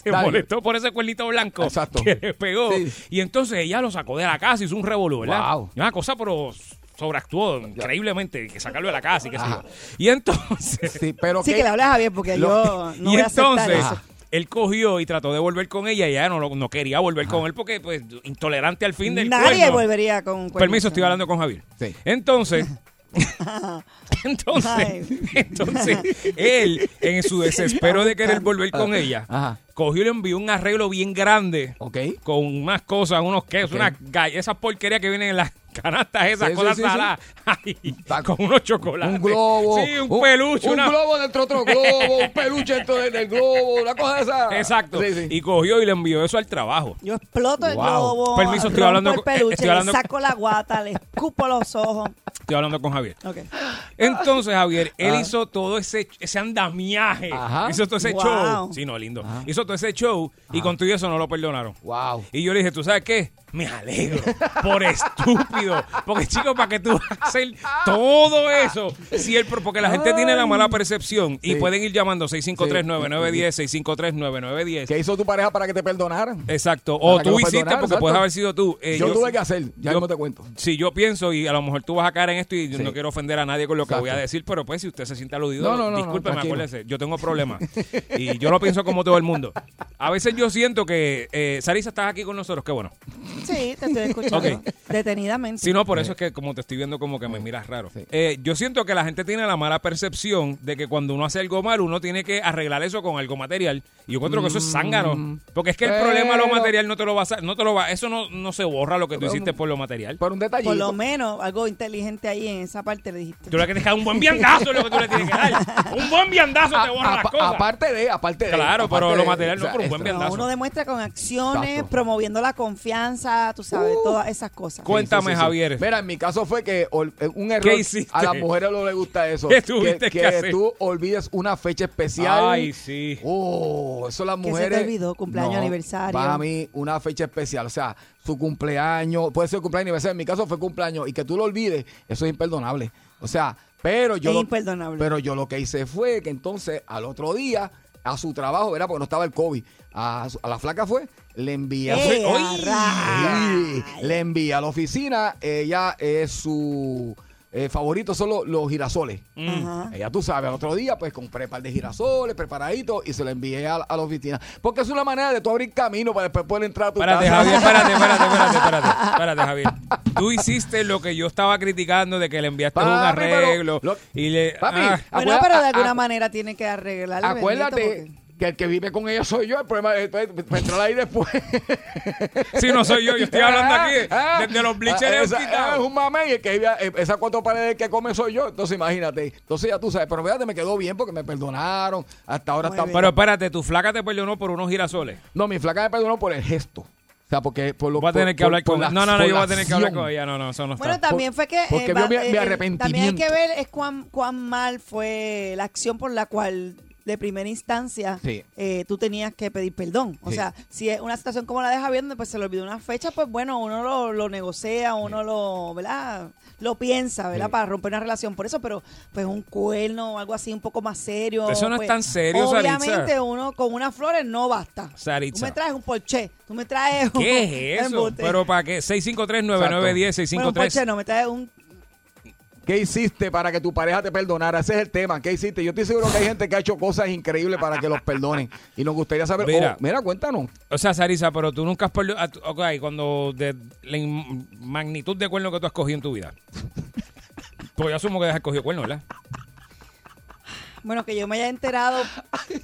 Speaker 7: se
Speaker 3: Dale.
Speaker 7: molestó por ese cuernito blanco
Speaker 3: Exacto.
Speaker 7: que le pegó.
Speaker 3: Sí.
Speaker 7: Y entonces ella lo sacó de la casa, hizo un revolú, ¿verdad?
Speaker 3: Wow.
Speaker 7: Una cosa, pero sobreactuó increíblemente, que sacarlo de la casa y qué sé yo. Y entonces,
Speaker 3: Sí, pero
Speaker 5: Sí, que le hables a Javier porque yo no
Speaker 7: y
Speaker 5: voy a aceptar
Speaker 7: entonces,
Speaker 5: eso.
Speaker 7: él cogió y trató de volver con ella y ella no, lo- no quería volver con él porque, pues, intolerante al fin del
Speaker 5: Nadie
Speaker 7: cuerno.
Speaker 5: volvería con un cuerno.
Speaker 7: Permiso, estoy hablando con Javier.
Speaker 3: Sí.
Speaker 7: Entonces, entonces,
Speaker 5: Ay.
Speaker 7: entonces, él, en su desespero de querer volver con ella,
Speaker 3: Ah. Ajá.
Speaker 7: cogió y le envió un arreglo bien grande
Speaker 3: Ok.
Speaker 7: con unas cosas, unos quesos,
Speaker 3: Ok.
Speaker 7: unas galletas, esas porquerías que vienen en las canastas, esas
Speaker 3: Sí, sí,
Speaker 7: cosas
Speaker 3: sí, sí.
Speaker 7: saladas, Ay, con unos chocolates.
Speaker 3: Un globo.
Speaker 7: Sí, un, peluche,
Speaker 3: Un
Speaker 7: una-
Speaker 3: globo dentro de otro globo. Un peluche dentro del del globo. Una cosa de esa.
Speaker 7: Exacto.
Speaker 3: Sí, sí.
Speaker 7: Y cogió y le envió eso al trabajo.
Speaker 5: Yo exploto el
Speaker 3: Wow.
Speaker 5: globo,
Speaker 7: Permiso, estoy
Speaker 5: rompo
Speaker 7: hablando
Speaker 5: el
Speaker 7: con- eh,
Speaker 5: peluche,
Speaker 7: estoy hablando-
Speaker 5: le saco la guata, le escupo los ojos.
Speaker 7: Estoy hablando con Javier.
Speaker 5: Ok.
Speaker 7: Entonces, Javier, él hizo todo ese, ese andamiaje.
Speaker 3: Ah. Ajá.
Speaker 7: Hizo todo ese
Speaker 5: Wow.
Speaker 7: show. Sí, no, lindo. Hizo todo ese show y con todo eso no lo perdonaron.
Speaker 3: Wow.
Speaker 7: Y yo le dije, ¿tú sabes qué? Me alegro por estúpido. Porque, chicos, ¿para qué tú vas a hacer todo eso? Si el, pro- porque la gente tiene la mala percepción y
Speaker 3: Sí.
Speaker 7: pueden ir llamando 653-9910,
Speaker 3: ¿Qué
Speaker 7: 653-9910.
Speaker 3: hizo tu pareja para que te perdonaran?
Speaker 7: Exacto. O
Speaker 3: Para que
Speaker 7: tú
Speaker 3: lo
Speaker 7: hiciste,
Speaker 3: perdonaran,
Speaker 7: porque
Speaker 3: exacto.
Speaker 7: puedes haber sido tú. Eh,
Speaker 3: yo, tuve que hacer. Ya
Speaker 7: yo-
Speaker 3: no te cuento.
Speaker 7: si yo pienso y a lo mejor tú vas a caer en esto y yo
Speaker 3: Sí.
Speaker 7: no quiero ofender a nadie con lo que
Speaker 3: Exacto.
Speaker 7: voy a decir, pero pues si usted se siente aludido,
Speaker 3: No, no, no, no,
Speaker 7: discúlpeme,
Speaker 3: tranquilo.
Speaker 7: acuérdese, yo tengo problemas y yo lo pienso como todo el mundo. A veces yo siento que eh, Sarisa estás aquí con nosotros, qué bueno.
Speaker 5: Sí, te estoy escuchando.
Speaker 7: Ok.
Speaker 5: Detenidamente.
Speaker 7: Si no, por eso es que como te estoy viendo como que me miras raro. Eh, yo siento que la gente tiene la mala percepción de que cuando uno hace algo mal, uno tiene que arreglar eso con algo material. Y yo encuentro que eso es zángano. Porque es que el
Speaker 3: Mm. pero-
Speaker 7: problema de lo material no te lo va a... sa- No te lo va, eso no, no se borra lo que tú hiciste por lo material.
Speaker 3: Por un detallito.
Speaker 5: Por lo menos algo inteligente ahí en esa parte le dijiste.
Speaker 7: Tú le tienes que dar un buen viandazo, es lo que tú le tienes que dar. Un buen viandazo te
Speaker 3: A-
Speaker 7: borra
Speaker 3: apa-
Speaker 7: las cosas.
Speaker 3: Aparte de, aparte de.
Speaker 7: Claro, pero
Speaker 3: aparte
Speaker 7: lo
Speaker 3: de-
Speaker 7: material no, pero un buen
Speaker 3: esto-
Speaker 7: viandazo.
Speaker 5: No, uno demuestra con acciones,
Speaker 3: Exacto.
Speaker 5: promoviendo la confianza, casa, tú sabes,
Speaker 3: Uh,
Speaker 5: todas esas cosas.
Speaker 7: Cuéntame, Javier.
Speaker 3: Mira, en mi caso fue que ol- eh, un error.
Speaker 7: ¿Qué hiciste?
Speaker 3: A las mujeres no les gusta eso.
Speaker 7: ¿Qué tuviste que hacer?
Speaker 3: tú olvides una fecha especial.
Speaker 7: Ay, sí.
Speaker 3: Oh, eso las
Speaker 5: ¿Qué se te
Speaker 3: mujeres.
Speaker 5: olvidó? Cumpleaños, aniversario.
Speaker 3: Para mí, una fecha especial. O sea, su cumpleaños. Puede ser cumpleaños, aniversario. En mi caso fue cumpleaños. Y que tú lo olvides, eso es imperdonable. O sea, pero yo.
Speaker 5: Es
Speaker 3: lo-
Speaker 5: imperdonable.
Speaker 3: Pero yo lo que hice fue que entonces al otro día. A su trabajo, era porque no estaba el COVID. A, su- a la flaca fue, le envié a su-
Speaker 5: ¡Eh,
Speaker 3: ¡Ay!
Speaker 5: array!
Speaker 3: Sí, le envía a la oficina. Ella es su eh, favorito, son los, los girasoles.
Speaker 5: Ajá.
Speaker 3: Ella, tú sabes, al otro día, pues compré un par de girasoles preparaditos y se la envié a, a la oficina. Porque es una manera de tú abrir camino para después poder entrar a tu
Speaker 7: Espérate,
Speaker 3: casa.
Speaker 7: Javier, espérate, espérate, espérate, espérate, espérate, Javier. Tú hiciste lo que yo estaba criticando de que le enviaste un
Speaker 3: Papi, pero
Speaker 7: arreglo
Speaker 3: lo-
Speaker 7: y le...
Speaker 3: Papi,
Speaker 7: Ah,
Speaker 5: Bueno,
Speaker 3: Acuérdate-
Speaker 5: pero de
Speaker 3: a-
Speaker 5: alguna manera tiene que arreglar.
Speaker 3: Acuérdate que el que vive con ella soy yo. El problema es pues, pues, entrar ahí después.
Speaker 7: si no soy yo, yo estoy hablando aquí
Speaker 3: Ah,
Speaker 7: desde los
Speaker 3: ah,
Speaker 7: bleachers.
Speaker 3: esa- ah, Es
Speaker 7: quitados.
Speaker 3: un mamey y el que vive, eh, esas cuatro paredes que come soy yo. Entonces, imagínate. Entonces, ya tú sabes. Pero fíjate, me quedó bien porque me perdonaron. Hasta ahora
Speaker 5: Muy
Speaker 3: está
Speaker 5: bien.
Speaker 7: Pero espérate, tu flaca te perdonó por unos girasoles.
Speaker 3: No, mi flaca me perdonó por el gesto. O sea, porque por lo
Speaker 7: Voy a tener
Speaker 3: por-
Speaker 7: que hablar
Speaker 3: por-
Speaker 7: con...
Speaker 3: por la-
Speaker 7: No, no, no,
Speaker 3: por
Speaker 7: yo voy
Speaker 3: la
Speaker 7: a tener que hablar
Speaker 3: acción.
Speaker 7: con ella. No, no, eso no está.
Speaker 5: Bueno, también fue que. eh,
Speaker 3: porque vio mi- mi
Speaker 5: También hay
Speaker 3: arrepentimiento.
Speaker 5: que ver es cuán, cuán mal fue la acción por la cual de primera instancia
Speaker 3: Sí.
Speaker 5: eh, tú tenías que pedir perdón. O
Speaker 3: Sí.
Speaker 5: sea, si es una situación como la de Javier, donde pues se le olvidó una fecha, pues bueno, uno lo, lo negocia, uno lo, ¿verdad? Lo piensa, ¿verdad?
Speaker 3: Sí.
Speaker 5: Para romper una relación por eso, pero pues un cuerno, algo así un poco más serio.
Speaker 7: Eso no es
Speaker 5: pues,
Speaker 7: tan serio, Saritza.
Speaker 5: Obviamente uno con unas flores no basta. Tú
Speaker 7: Saritza.
Speaker 5: me traes un porche, tú me traes un
Speaker 7: ¿Qué es eso?
Speaker 5: embuste.
Speaker 7: Pero para qué, 653-9910,
Speaker 5: Bueno, un porche
Speaker 7: 653.
Speaker 5: no, me traes un
Speaker 3: ¿Qué hiciste para que tu pareja te perdonara? Ese es el tema. ¿Qué hiciste? Yo estoy seguro que hay gente que ha hecho cosas increíbles para que los perdonen. Y nos gustaría saber. oh, Mira,
Speaker 7: Mira.
Speaker 3: cuéntanos.
Speaker 7: O sea, Sarisa, pero tú nunca has perdido. a tu- Ok, cuando de la in- magnitud de cuerno que tú has cogido en tu vida. Pues yo asumo que has cogido cuerno, ¿verdad?
Speaker 5: Bueno, que yo me haya enterado.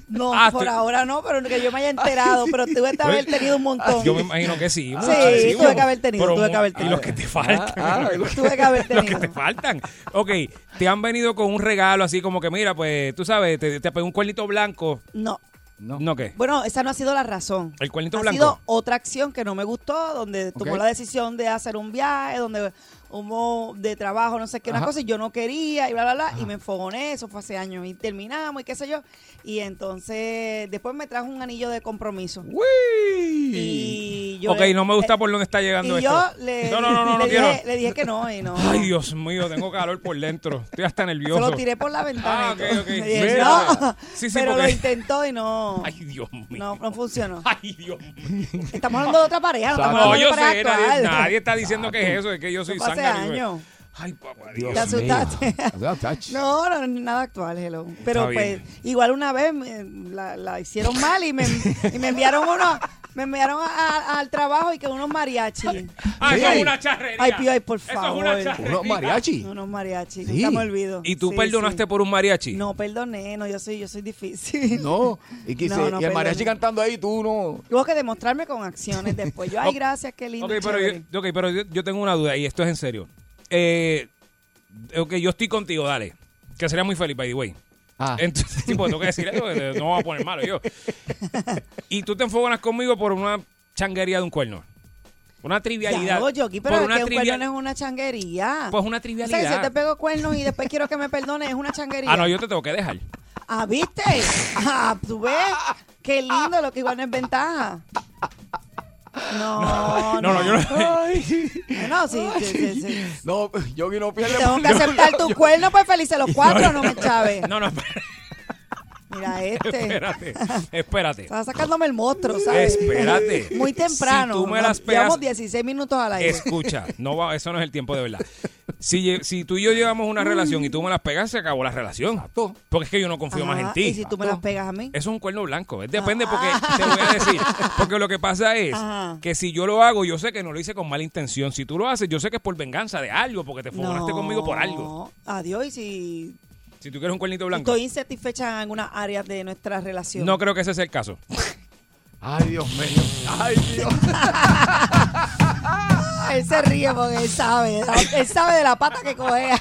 Speaker 5: No,
Speaker 7: Ah,
Speaker 5: por
Speaker 7: estoy-
Speaker 5: ahora no, pero que yo me haya enterado. Pero tuve que haber tenido un montón.
Speaker 7: Yo me imagino que sí. mucho,
Speaker 5: tuve
Speaker 7: mucho.
Speaker 5: que haber tenido,
Speaker 7: Pero
Speaker 5: tuve
Speaker 7: mu-
Speaker 5: que haber
Speaker 7: Y
Speaker 5: tenido.
Speaker 7: los que te faltan.
Speaker 3: Ah, ah,
Speaker 5: Tuve que haber
Speaker 7: los que
Speaker 5: tenido.
Speaker 7: te faltan. Ok, te han venido con un regalo así como que, mira, pues tú sabes, te, te pegó un cuernito blanco.
Speaker 5: No.
Speaker 3: no.
Speaker 7: ¿No qué?
Speaker 5: Bueno, esa no ha sido la razón.
Speaker 7: ¿El cuernito
Speaker 5: ha
Speaker 7: blanco?
Speaker 5: sido otra acción que no me gustó, donde tomó
Speaker 3: Ok.
Speaker 5: la decisión de hacer un viaje, donde hubo de trabajo, no sé qué, una
Speaker 3: Ajá.
Speaker 5: cosa, y yo no quería, y bla, bla, bla, y me enfogoné, eso fue hace años, y terminamos, y qué sé yo. Y entonces, después me trajo un anillo de compromiso. Y yo
Speaker 7: ok,
Speaker 5: le- eh,
Speaker 7: no me gusta por dónde está llegando
Speaker 5: y
Speaker 7: esto.
Speaker 5: yo le,
Speaker 7: no, no, no, no,
Speaker 5: le
Speaker 7: no quiero.
Speaker 5: dije, le dije que no y no.
Speaker 7: Ay, Dios mío, tengo calor por dentro. Estoy hasta
Speaker 5: Se
Speaker 7: nervioso.
Speaker 5: lo tiré por la ventana.
Speaker 7: Ah,
Speaker 5: y todo.
Speaker 7: ok, ok.
Speaker 5: Le dije,
Speaker 7: Mira.
Speaker 5: no.
Speaker 7: Sí, sí,
Speaker 5: pero lo
Speaker 7: porque-
Speaker 5: intentó y no,
Speaker 7: Ay, Dios mío.
Speaker 5: no, no funcionó.
Speaker 7: Ay, Dios mío.
Speaker 5: Estamos hablando de otra pareja, no estamos
Speaker 7: No,
Speaker 5: hablando de
Speaker 7: yo
Speaker 5: pareja
Speaker 7: sé, nadie,
Speaker 5: actual.
Speaker 7: nadie está diciendo que es eso, es que yo soy
Speaker 5: Eso fue hace
Speaker 7: sangre.
Speaker 5: años.
Speaker 7: Ay, papá
Speaker 3: Dios
Speaker 7: Dios.
Speaker 5: Te asustaste.
Speaker 3: mío. Ach.
Speaker 5: No, no, nada actual, hello. Pero
Speaker 7: Está
Speaker 5: pues,
Speaker 7: bien.
Speaker 5: igual una vez me- la, la hicieron mal y me, y me enviaron uno, me enviaron a- a- al trabajo y que unos mariachi.
Speaker 7: Ah, eso
Speaker 3: Sí.
Speaker 7: es una charrería.
Speaker 5: Ay, Pío, ay, por
Speaker 7: Eso
Speaker 5: favor.
Speaker 7: es una charrería.
Speaker 3: Unos mariachi.
Speaker 5: Unos mariachi,
Speaker 3: Sí.
Speaker 5: nunca me olvido.
Speaker 7: ¿Y tú
Speaker 5: Sí,
Speaker 7: perdonaste
Speaker 5: sí.
Speaker 7: por un mariachi?
Speaker 5: No, perdoné, no, yo soy, yo soy difícil.
Speaker 3: No. Y, quise,
Speaker 5: No, no,
Speaker 3: y el mariachi
Speaker 5: perdón.
Speaker 3: cantando ahí, tú no.
Speaker 5: Tuvo que demostrarme con acciones después. Yo, ay, gracias, qué lindo.
Speaker 7: Ok, pero,
Speaker 5: chévere.
Speaker 7: yo, ok, pero yo, yo tengo una duda y esto es en serio. Eh, ok, yo estoy contigo, dale. Que sería muy feliz, by the way.
Speaker 3: Ah.
Speaker 7: Entonces, tipo, tengo que decir algo, eh, no me voy a poner malo yo. Y tú te enfogonas conmigo por una changuería de un cuerno. Una
Speaker 5: Ya,
Speaker 7: trivialidad.
Speaker 5: oye, aquí, pero
Speaker 7: por
Speaker 5: es
Speaker 7: una
Speaker 5: que un
Speaker 7: trivial-
Speaker 5: cuerno es una changuería.
Speaker 7: Pues una
Speaker 5: O sea, que si yo
Speaker 7: trivialidad.
Speaker 5: te pego cuernos y después quiero que me perdones, es una changuería.
Speaker 7: Ah, no, yo te tengo que dejar.
Speaker 5: Ah, ¿viste? Ah, ¿tú ves? Qué lindo, lo que igual no es ventaja. No, no.
Speaker 7: No, no, yo no.
Speaker 5: No, sí, sí, sí, sí.
Speaker 3: No, Yogi no pierde.
Speaker 5: Tengo
Speaker 3: por-
Speaker 5: que aceptar tu cuerno, pues felices los cuatro, no me chaves.
Speaker 7: No, no,
Speaker 5: Mira este.
Speaker 7: espérate. Espérate.
Speaker 5: Estaba sacándome el monstruo, ¿sabes?
Speaker 7: Espérate.
Speaker 5: Muy temprano.
Speaker 7: Si tú me
Speaker 5: ¿no?
Speaker 7: las pegas-
Speaker 5: Llevamos 16 minutos al aire.
Speaker 7: Escucha, no va, eso no es el tiempo de verdad. Si, lle- si tú y yo llevamos una relación y tú me las pegas, se acabó la relación. Porque es que yo no confío más en
Speaker 5: Ajá,
Speaker 7: ti.
Speaker 5: Y si tú me las pegas a mí. Ah.
Speaker 7: Eso es un cuerno blanco. Es Depende porque te voy a decir. Porque lo que pasa es
Speaker 5: Ajá.
Speaker 7: que si yo lo hago, yo sé que no lo hice con mala intención. Si tú lo haces, yo sé que es por venganza de algo, porque te fogonaste conmigo por algo.
Speaker 5: Adiós, y si
Speaker 7: Si tú quieres un cuernito blanco.
Speaker 5: estoy insatisfecha en algunas áreas de nuestra relación.
Speaker 7: No creo que ese sea el caso.
Speaker 3: Ay, Dios mío. Ay, Dios.
Speaker 5: Ah, él se ríe porque él sabe. Él sabe de la pata que coge.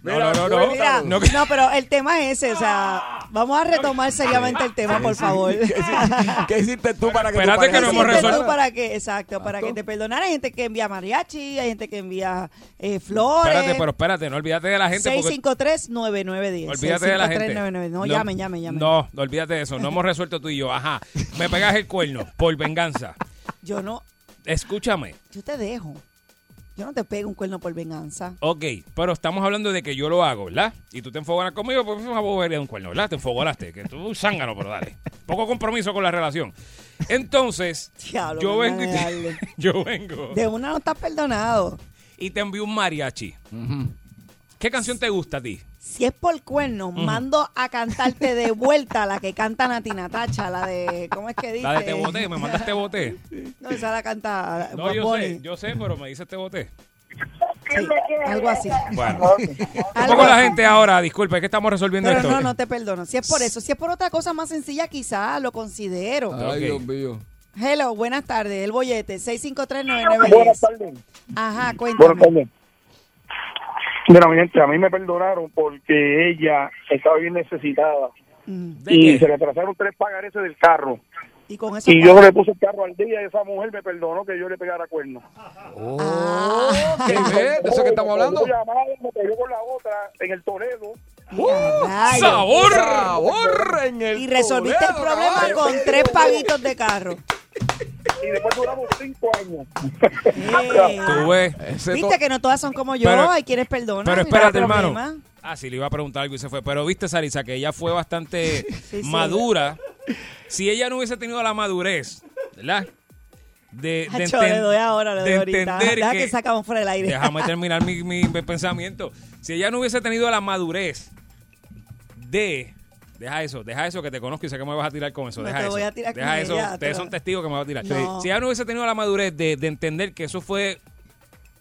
Speaker 7: No, no, no, no.
Speaker 5: Mira,
Speaker 7: No
Speaker 5: no,
Speaker 7: que-
Speaker 5: pero el tema es ese, o sea, Vamos a retomar seriamente el tema, por favor.
Speaker 3: ¿Qué hiciste tú para que tu
Speaker 7: Espérate que
Speaker 3: pareja
Speaker 7: no
Speaker 3: se
Speaker 7: hemos
Speaker 5: Siempre
Speaker 3: enterara?
Speaker 5: tú
Speaker 7: resuelto.
Speaker 5: para que, exacto, para que te perdonara. Hay gente que envía mariachi, hay gente que envía eh, flores.
Speaker 7: Espérate, pero espérate, no olvídate de la gente. porque-
Speaker 5: 653-9910.
Speaker 7: Olvídate de la gente.
Speaker 5: 653-9910. No, llamen, llamen, llamen.
Speaker 7: No, no, olvídate de eso. No hemos resuelto tú y yo. Ajá. Me pegas el cuerno por venganza.
Speaker 5: Yo no,
Speaker 7: Escúchame.
Speaker 5: yo te dejo. Yo no te pego un cuerno por venganza.
Speaker 7: Ok, pero estamos hablando de que yo lo hago, ¿verdad? Y tú te enfogonas conmigo, pues es una bobería de un cuerno, ¿verdad? Te enfogonaste, que tú zángano, pero dale. Poco compromiso con la relación. Entonces,
Speaker 5: Diablo,
Speaker 7: yo
Speaker 5: qué
Speaker 7: vengo y
Speaker 5: manera
Speaker 7: te-
Speaker 5: de darle.
Speaker 7: yo vengo
Speaker 5: De una no estás perdonado.
Speaker 7: y te envío un mariachi. ¿Qué canción te gusta a ti?
Speaker 5: Si es por cuerno, mando a cantarte de vuelta la que canta Nati Natacha, la de. ¿Cómo es que dice?
Speaker 7: La de Te Boté, me mandaste Boté.
Speaker 5: No, esa la canta.
Speaker 7: No,
Speaker 5: Bad
Speaker 7: yo
Speaker 5: Bunny.
Speaker 7: sé, yo sé, pero me dices Te Boté.
Speaker 5: Sí, algo así.
Speaker 7: Bueno, un poco la gente ahora, disculpa, es que estamos resolviendo
Speaker 5: Pero
Speaker 7: esto.
Speaker 5: no, no te perdono. Si es por eso, si es por otra cosa más sencilla, quizá lo considero.
Speaker 7: Ah.
Speaker 3: Ay, Dios mío.
Speaker 5: Hello, buenas tardes. El bollete, 6539910.
Speaker 8: Buenas tardes.
Speaker 5: Ajá,
Speaker 8: Buenas
Speaker 5: cuéntame.
Speaker 8: tardes. Mira, mi gente, a mí me perdonaron porque ella estaba bien necesitada
Speaker 5: Mm,
Speaker 7: ¿De
Speaker 8: y
Speaker 7: qué?
Speaker 8: se le atrasaron tres pagares del carro.
Speaker 5: Y con eso.
Speaker 8: Y yo le puse el carro al día y esa mujer me perdonó que yo le pegara cuerno.
Speaker 5: Ah,
Speaker 3: ¿Qué ves? ¿De eso que estamos hablando?
Speaker 8: Yo llamaba, me pegó con la otra en el Toledo.
Speaker 5: rayos.
Speaker 7: ¡Sabor!
Speaker 3: ¡Sabor en el
Speaker 5: y resolviste el
Speaker 3: Toledo,
Speaker 5: problema
Speaker 3: caballo!
Speaker 5: con tres paguitos de carro.
Speaker 8: y después duramos cinco años.
Speaker 5: Eh,
Speaker 7: Tú ves.
Speaker 3: Ese to-
Speaker 5: Viste que no todas son como yo,
Speaker 7: Pero-
Speaker 5: hay quienes perdonan.
Speaker 7: Pero
Speaker 5: no hay
Speaker 7: espérate,
Speaker 5: problema.
Speaker 7: hermano. Ah, sí, le iba a preguntar algo y se fue. Pero viste, Sarisa, que ella fue bastante
Speaker 5: sí.
Speaker 7: madura. Si ella no hubiese tenido la madurez, ¿verdad? De, de
Speaker 5: Hacho, le
Speaker 7: enten-
Speaker 5: doy ahora, le doy
Speaker 7: de
Speaker 5: ahorita.
Speaker 7: entender
Speaker 5: Deja que,
Speaker 7: que-
Speaker 5: sacamos fuera del aire.
Speaker 7: Déjame terminar mi, mi pensamiento. Si ella no hubiese tenido la madurez de... Deja eso, deja eso que te conozco y sé que me vas a tirar con eso.
Speaker 5: No
Speaker 7: deja
Speaker 5: te
Speaker 7: eso.
Speaker 5: voy a tirar con
Speaker 7: deja eso.
Speaker 5: ella, te
Speaker 7: Ustedes
Speaker 5: lo-
Speaker 7: son testigos que me vas a tirar.
Speaker 5: No.
Speaker 7: Si ella no hubiese tenido la madurez de, de entender que eso fue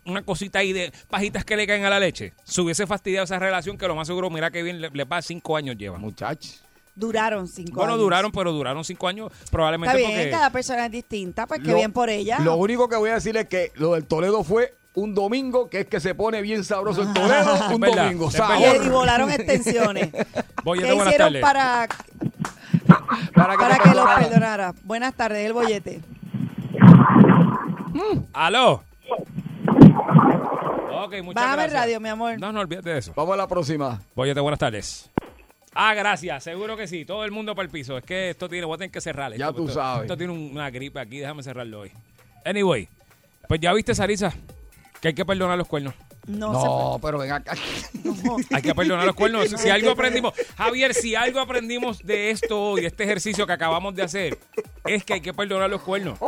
Speaker 7: una cosita ahí de pajitas que le caen a la leche, se hubiese fastidiado esa relación que lo más seguro, mira que bien, le, le va cinco años
Speaker 3: Ah,
Speaker 7: llevan.
Speaker 3: Muchachos.
Speaker 5: Duraron cinco
Speaker 7: Bueno,
Speaker 5: años.
Speaker 7: duraron, pero duraron cinco años
Speaker 5: Está
Speaker 7: probablemente
Speaker 5: bien,
Speaker 7: porque...
Speaker 5: cada persona es distinta, pues qué
Speaker 3: Lo-
Speaker 5: bien por ella.
Speaker 3: Lo único que voy a decir es que lo del Toledo fue un domingo, que es que se pone bien sabroso
Speaker 5: Ah,
Speaker 3: el Toledo, un
Speaker 7: Es verdad,
Speaker 3: domingo.
Speaker 7: es
Speaker 5: y,
Speaker 7: verdad.
Speaker 3: Sabor.
Speaker 5: y volaron Ah, extensiones.
Speaker 7: Bollete,
Speaker 5: ¿Qué
Speaker 7: buenas
Speaker 5: hicieron
Speaker 7: tardes.
Speaker 5: para,
Speaker 3: Para
Speaker 5: para
Speaker 3: te
Speaker 5: que los
Speaker 3: perdonaran.
Speaker 5: perdonara? Buenas tardes, el bollete.
Speaker 7: ¡Aló! Ok, muchas
Speaker 5: Bájame el
Speaker 7: gracias.
Speaker 5: radio, mi amor.
Speaker 7: No, no olvides de eso.
Speaker 3: Vamos a la próxima.
Speaker 7: Boyete, buenas tardes. Ah, gracias, seguro que sí. Todo el mundo para el piso. Es que esto tiene, voy a tener que cerrar. esto,
Speaker 3: Ya tú
Speaker 7: porque esto-
Speaker 3: sabes.
Speaker 7: Esto tiene un- una gripe aquí, déjame cerrarlo hoy. Anyway, pues ya viste, Sarisa, que hay que perdonar los cuernos.
Speaker 5: No, se fue.
Speaker 3: No, pero ven acá.
Speaker 7: Hay que perdonar los cuernos. Si algo aprendimos, Javier, si algo aprendimos de esto hoy, de este ejercicio que acabamos de hacer, es que hay que perdonar los cuernos.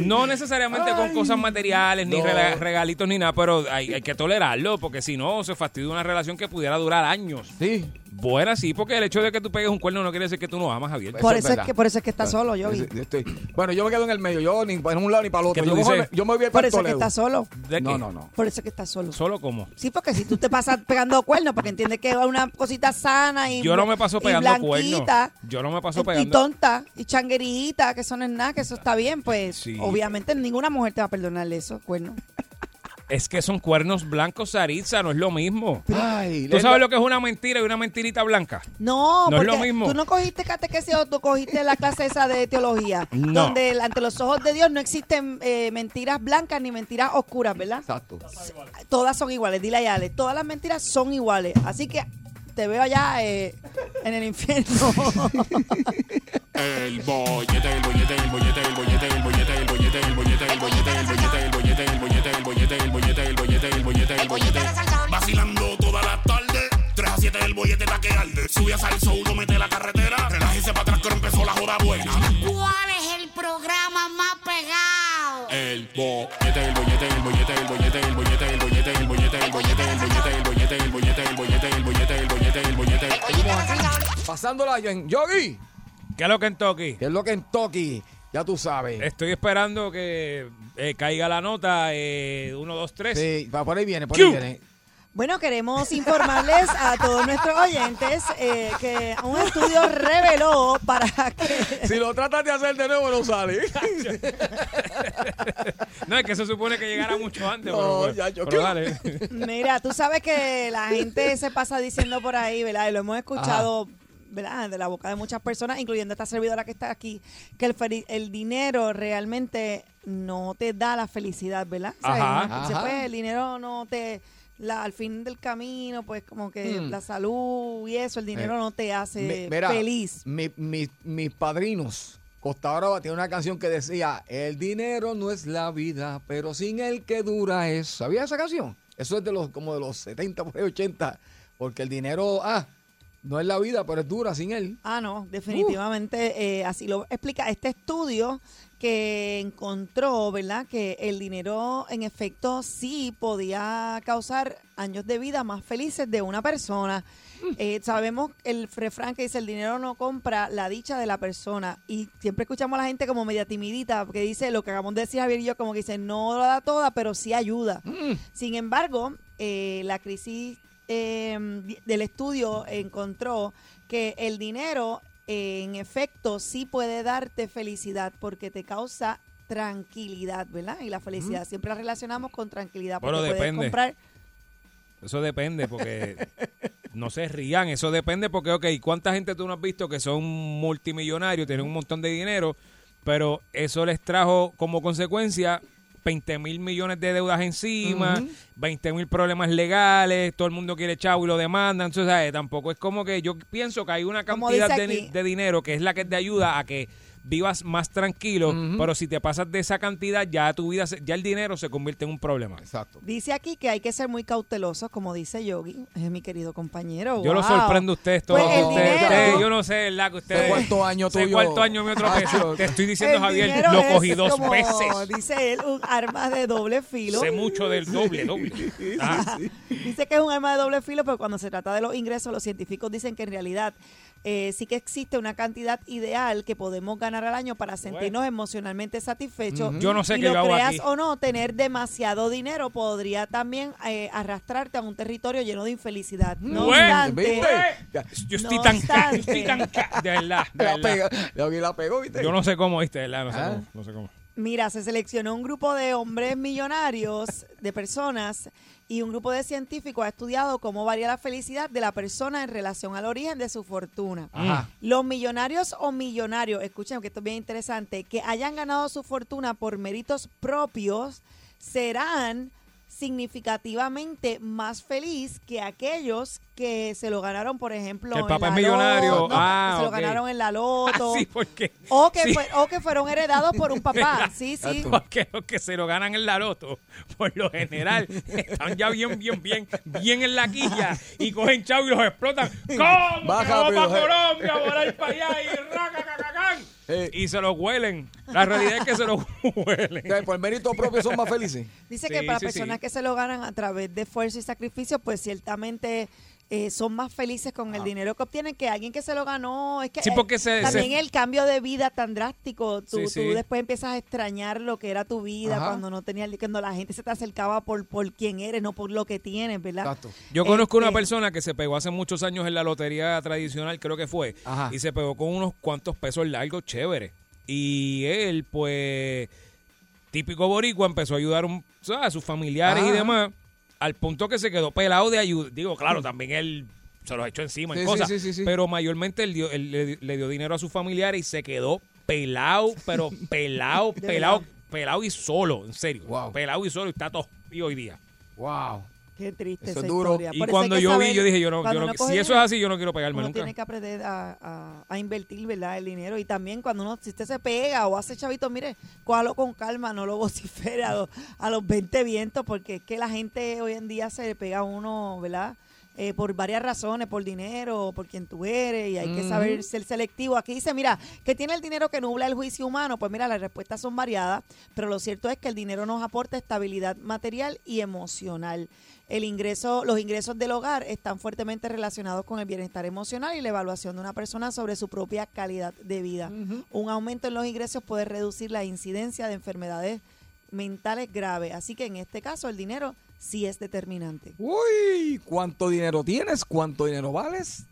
Speaker 7: No necesariamente con cosas materiales, ni
Speaker 3: No.
Speaker 7: rela- regalitos, ni nada, pero hay, hay que tolerarlo, porque si no, se fastidia una relación que pudiera durar años.
Speaker 3: Sí.
Speaker 7: Buena, sí, porque el hecho de que tú pegues un cuerno no quiere decir que tú no amas, Javier.
Speaker 3: Eso
Speaker 5: Por
Speaker 3: es
Speaker 5: eso, es
Speaker 3: verdad.
Speaker 5: que, por eso es que está solo, yo vi.
Speaker 3: Yo- yo estoy- este, Bueno, yo me quedo en el medio. Yo ni para un lado ni para el
Speaker 7: ¿Qué
Speaker 3: otro.
Speaker 7: tú
Speaker 3: Yo, mejor me,
Speaker 7: dices?
Speaker 3: yo me voy a ir
Speaker 5: Por
Speaker 3: para el
Speaker 5: eso es que
Speaker 3: Toledo.
Speaker 5: está solo.
Speaker 7: ¿De
Speaker 3: Pues, No,
Speaker 7: qué?
Speaker 3: no, no.
Speaker 5: Por eso es que está solo.
Speaker 7: Solo como.
Speaker 5: Sí, porque si tú te pasas pegando cuernos, porque entiendes que es una cosita sana y
Speaker 7: Yo no me paso
Speaker 5: y
Speaker 7: pegando
Speaker 5: blanquita,
Speaker 7: cuernos. Yo no me paso
Speaker 5: y-
Speaker 7: pegando-
Speaker 5: Y tonta, y changuerita, que eso no es nada, que eso está bien, pues
Speaker 7: Sí.
Speaker 5: obviamente ninguna mujer te va a perdonar eso, cuernos.
Speaker 7: Es que son cuernos blancos, Saritza, no es lo mismo.
Speaker 3: Ay,
Speaker 7: ¿Tú sabes lo que es una mentira y una mentirita blanca?
Speaker 5: No,
Speaker 7: No es
Speaker 5: porque
Speaker 7: lo mismo.
Speaker 5: tú no cogiste catequesis o tú cogiste la clase esa de teología,
Speaker 7: No.
Speaker 5: donde el- ante los ojos de Dios no existen eh, mentiras blancas ni mentiras oscuras, ¿verdad?
Speaker 3: Exacto.
Speaker 5: Todas son iguales, dile a Ale, todas las mentiras son iguales, así que te veo allá eh, en el infierno.
Speaker 6: El bollete, el bollete, el bollete, el bollete, el bollete, el bollete, el bollete, el bollete, el bollete, el bollete, el bollete, el bollete, el bollete, el bollete, el bollete, el bollete. Vacilando toda la tarde, 3 a 7 el bollete está que arde. Sube a salso, uno mete la carretera, relájese para atrás que ahora empezó la joda buena.
Speaker 2: ¿Cuál es el programa más pegado?
Speaker 6: El bollete, el bollete, el bollete, el bollete, el bollete, el bollete, el bollete, el bollete, el bollete, el bollete, el bollete, el bollete, el bollete, el bollete, el bollete.
Speaker 3: Pasándola en Yogi.
Speaker 7: ¿Qué es lo que en Toki?
Speaker 3: Que es lo que en Toki. Ya tú sabes.
Speaker 7: Estoy esperando que eh, caiga la nota. Eh, uno, dos, tres.
Speaker 3: Sí, va, por ahí viene, por ahí
Speaker 7: Q.
Speaker 3: viene.
Speaker 5: Bueno, queremos informarles a todos nuestros oyentes eh, que un estudio reveló para que...
Speaker 3: Si lo tratas de hacer de nuevo, no sale.
Speaker 7: No, es que se supone que llegara mucho antes.
Speaker 3: No,
Speaker 7: pero,
Speaker 3: ya, yo-
Speaker 7: pero dale.
Speaker 5: Mira, tú sabes que la gente se pasa diciendo por ahí, ¿verdad? Y lo hemos escuchado ¿verdad? de la boca de muchas personas, incluyendo esta servidora que está aquí, que el, feli- el dinero realmente no te da la felicidad, ¿verdad? O sea,
Speaker 7: Ajá.
Speaker 5: una- se
Speaker 3: Ajá.
Speaker 5: puede, el dinero no te... la- al fin del camino, pues como que
Speaker 3: Mm.
Speaker 5: la salud y eso, el dinero
Speaker 3: Eh,
Speaker 5: no te hace
Speaker 3: Mi- mira,
Speaker 5: feliz.
Speaker 3: mi- mi- mis padrinos. Costa Brava tiene una canción que decía, el dinero no es la vida, pero sin el que dura es. ¿Sabías esa canción? Eso es de los como de los 70, por ahí 80. Porque el dinero, ah, no es la vida, pero es dura sin él.
Speaker 5: Ah, no, definitivamente eh, así lo explica este estudio que encontró, ¿verdad? Que el dinero en efecto sí podía causar años de vida más felices de una persona. Eh, sabemos el refrán que dice el dinero no compra la dicha de la persona y siempre escuchamos a la gente como media timidita que dice lo que acabamos de decir Javier y yo como que dice no la da toda pero sí ayuda.
Speaker 7: Mm.
Speaker 5: Sin embargo, eh, la crisis eh, di- del estudio encontró que el dinero, eh, en efecto, sí puede darte felicidad porque te causa tranquilidad, ¿verdad? Y la felicidad siempre la relacionamos con tranquilidad porque
Speaker 7: Bueno,
Speaker 5: puedes
Speaker 7: depende.
Speaker 5: comprar
Speaker 7: Eso depende, porque no se rían. Eso depende, porque, ok, ¿cuánta gente tú no has visto que son multimillonarios, tienen un montón de dinero, pero eso les trajo como consecuencia 20 mil millones de deudas encima, 20 mil problemas legales, todo el mundo quiere chavo y lo demandan. Entonces, ¿sabes? tampoco es como que yo pienso que hay una
Speaker 5: Como
Speaker 7: cantidad
Speaker 5: dice
Speaker 7: de, ni-
Speaker 5: aquí.
Speaker 7: de dinero que es la que te ayuda a que vivas más tranquilo, pero si te pasas de esa cantidad, ya tu vida, se- ya el dinero se convierte en un problema.
Speaker 3: Exacto.
Speaker 5: Dice aquí que hay que ser muy cautelosos, como dice Yogi, es mi querido compañero.
Speaker 7: Yo lo
Speaker 5: Wow.
Speaker 7: sorprendo a ustedes todos.
Speaker 5: Pues el
Speaker 7: ustedes,
Speaker 5: dinero-
Speaker 7: ustedes- yo no sé, la que ustedes.
Speaker 3: Sé cuánto año
Speaker 7: sé
Speaker 3: tuyo.
Speaker 7: cuánto año me
Speaker 3: Macho.
Speaker 7: tropecé. Te estoy diciendo,
Speaker 5: El
Speaker 7: Javier,
Speaker 5: dinero
Speaker 7: lo
Speaker 5: es,
Speaker 7: cogí dos
Speaker 5: como
Speaker 7: veces.
Speaker 5: Dice él, un arma de doble filo.
Speaker 7: Sé mucho del doble, doble. Ah,
Speaker 5: Dice que es un arma de doble filo, pero cuando se trata de los ingresos, los científicos dicen que en realidad eh, sí que existe una cantidad ideal que podemos ganar al año para sentirnos emocionalmente satisfechos.
Speaker 7: Yo no sé
Speaker 5: y
Speaker 7: qué
Speaker 5: lo
Speaker 7: yo hago
Speaker 5: creas
Speaker 7: aquí.
Speaker 5: o no, tener demasiado dinero podría también eh, arrastrarte a un territorio lleno de infelicidad. No
Speaker 7: Bueno,
Speaker 5: obstante,
Speaker 3: ¿Viste? Ya,
Speaker 7: Yo estoy
Speaker 5: No
Speaker 7: tan ca- yo
Speaker 5: obstante.
Speaker 7: estoy tan ca- De verdad, de
Speaker 3: La
Speaker 7: verdad.
Speaker 3: pegó, la, la pegó, ¿viste?
Speaker 7: Yo no sé cómo, viste, de verdad, no sé
Speaker 3: Ah.
Speaker 7: cómo. No sé cómo.
Speaker 5: Mira, se seleccionó un grupo de hombres millonarios, de personas, y un grupo de científicos ha estudiado cómo varía la felicidad de la persona en relación al origen de su fortuna.
Speaker 3: Ajá.
Speaker 5: Los millonarios o millonarios, escuchen que esto es bien interesante, que hayan ganado su fortuna por méritos propios, serán significativamente más feliz que aquellos que se lo ganaron, por ejemplo,
Speaker 7: Que el
Speaker 5: en
Speaker 7: papá
Speaker 5: la
Speaker 7: es millonario.
Speaker 5: loto,
Speaker 7: Ah,
Speaker 5: que se lo
Speaker 7: ok.
Speaker 5: ganaron en la loto.
Speaker 7: Ah, sí, porque.
Speaker 5: O que,
Speaker 7: sí,
Speaker 5: fue- o que fueron heredados por un papá. Sí, sí.
Speaker 7: Porque los que se lo ganan en la loto, por lo general, están ya bien, bien, bien, bien en la quilla y cogen chavo y los explotan. ¿Cómo? que
Speaker 3: Baja, pero-
Speaker 7: vamos para Colombia, a volar para allá y raca, ca, ca, can?
Speaker 3: Eh.
Speaker 7: Y se los huelen. La realidad es que se los
Speaker 3: O
Speaker 7: huelen.
Speaker 3: sea, Por mérito propio son más felices.
Speaker 5: Dice
Speaker 7: Sí,
Speaker 5: que para
Speaker 7: sí,
Speaker 5: personas
Speaker 7: sí.
Speaker 5: que se lo ganan a través de esfuerzo y sacrificio, pues ciertamente eh, son más felices con el dinero que obtienen que alguien que se lo ganó. Es que
Speaker 7: Sí,
Speaker 5: eh,
Speaker 7: porque se-
Speaker 5: también
Speaker 7: se-
Speaker 5: el cambio de vida tan drástico. Tú,
Speaker 7: Sí, sí.
Speaker 5: tú después empiezas a extrañar lo que era tu vida
Speaker 3: Ajá.
Speaker 5: cuando no tenías, cuando la gente se te acercaba por, por quién eres, no por lo que tienes, ¿verdad?
Speaker 3: Exacto.
Speaker 7: Yo conozco una
Speaker 5: Este,
Speaker 7: persona que se pegó hace muchos años en la lotería tradicional, creo que fue,
Speaker 3: Ajá.
Speaker 7: y se pegó con unos cuantos pesos largos chéveres. Y él, pues, típico boricua, empezó a ayudar un- ¿sabes? a sus familiares y
Speaker 3: Ajá.
Speaker 7: demás, al punto que se quedó pelado de ayuda. Digo, claro, también él se los echó encima y
Speaker 3: Sí, sí,
Speaker 7: cosas,
Speaker 3: sí, sí, sí.
Speaker 7: pero mayormente él dio- él le, le dio dinero a sus familiares y se quedó pelado, pero pelado, pelado, pelado y solo, en serio.
Speaker 3: Wow.
Speaker 7: Pelado y solo, y está todo y hoy día.
Speaker 3: Wow.
Speaker 5: Qué triste.
Speaker 3: Eso es
Speaker 5: esa
Speaker 3: duro.
Speaker 5: historia.
Speaker 7: Y
Speaker 5: Por eso hay
Speaker 7: cuando
Speaker 5: que
Speaker 7: yo vi,
Speaker 5: saber
Speaker 7: yo dije, yo no, yo
Speaker 5: cuando
Speaker 7: no-
Speaker 5: uno
Speaker 7: si
Speaker 5: coge
Speaker 7: eso es
Speaker 5: dinero,
Speaker 7: así, yo no quiero pegarme
Speaker 5: uno
Speaker 7: nunca.
Speaker 5: tiene que aprender a, a- a invertir, ¿verdad? El dinero. Y también cuando uno, si usted se pega o hace chavito, mire, cójalo con calma, no lo vocifere a, los- a los 20 vientos, porque es que la gente hoy en día se le pega a uno, ¿verdad? Eh, por varias razones, por dinero, por quien tú eres, y hay que saber ser selectivo. Aquí dice, mira, que tiene el dinero que nubla el juicio humano? Pues mira, las respuestas son variadas, pero lo cierto es que el dinero nos aporta estabilidad material y emocional. El ingreso, los ingresos del hogar están fuertemente relacionados con el bienestar emocional y la evaluación de una persona sobre su propia calidad de vida. Un aumento en los ingresos puede reducir la incidencia de enfermedades mentales graves. Así que en este caso el dinero sí es determinante.
Speaker 3: Uy, ¿cuánto dinero tienes? ¿Cuánto dinero vales?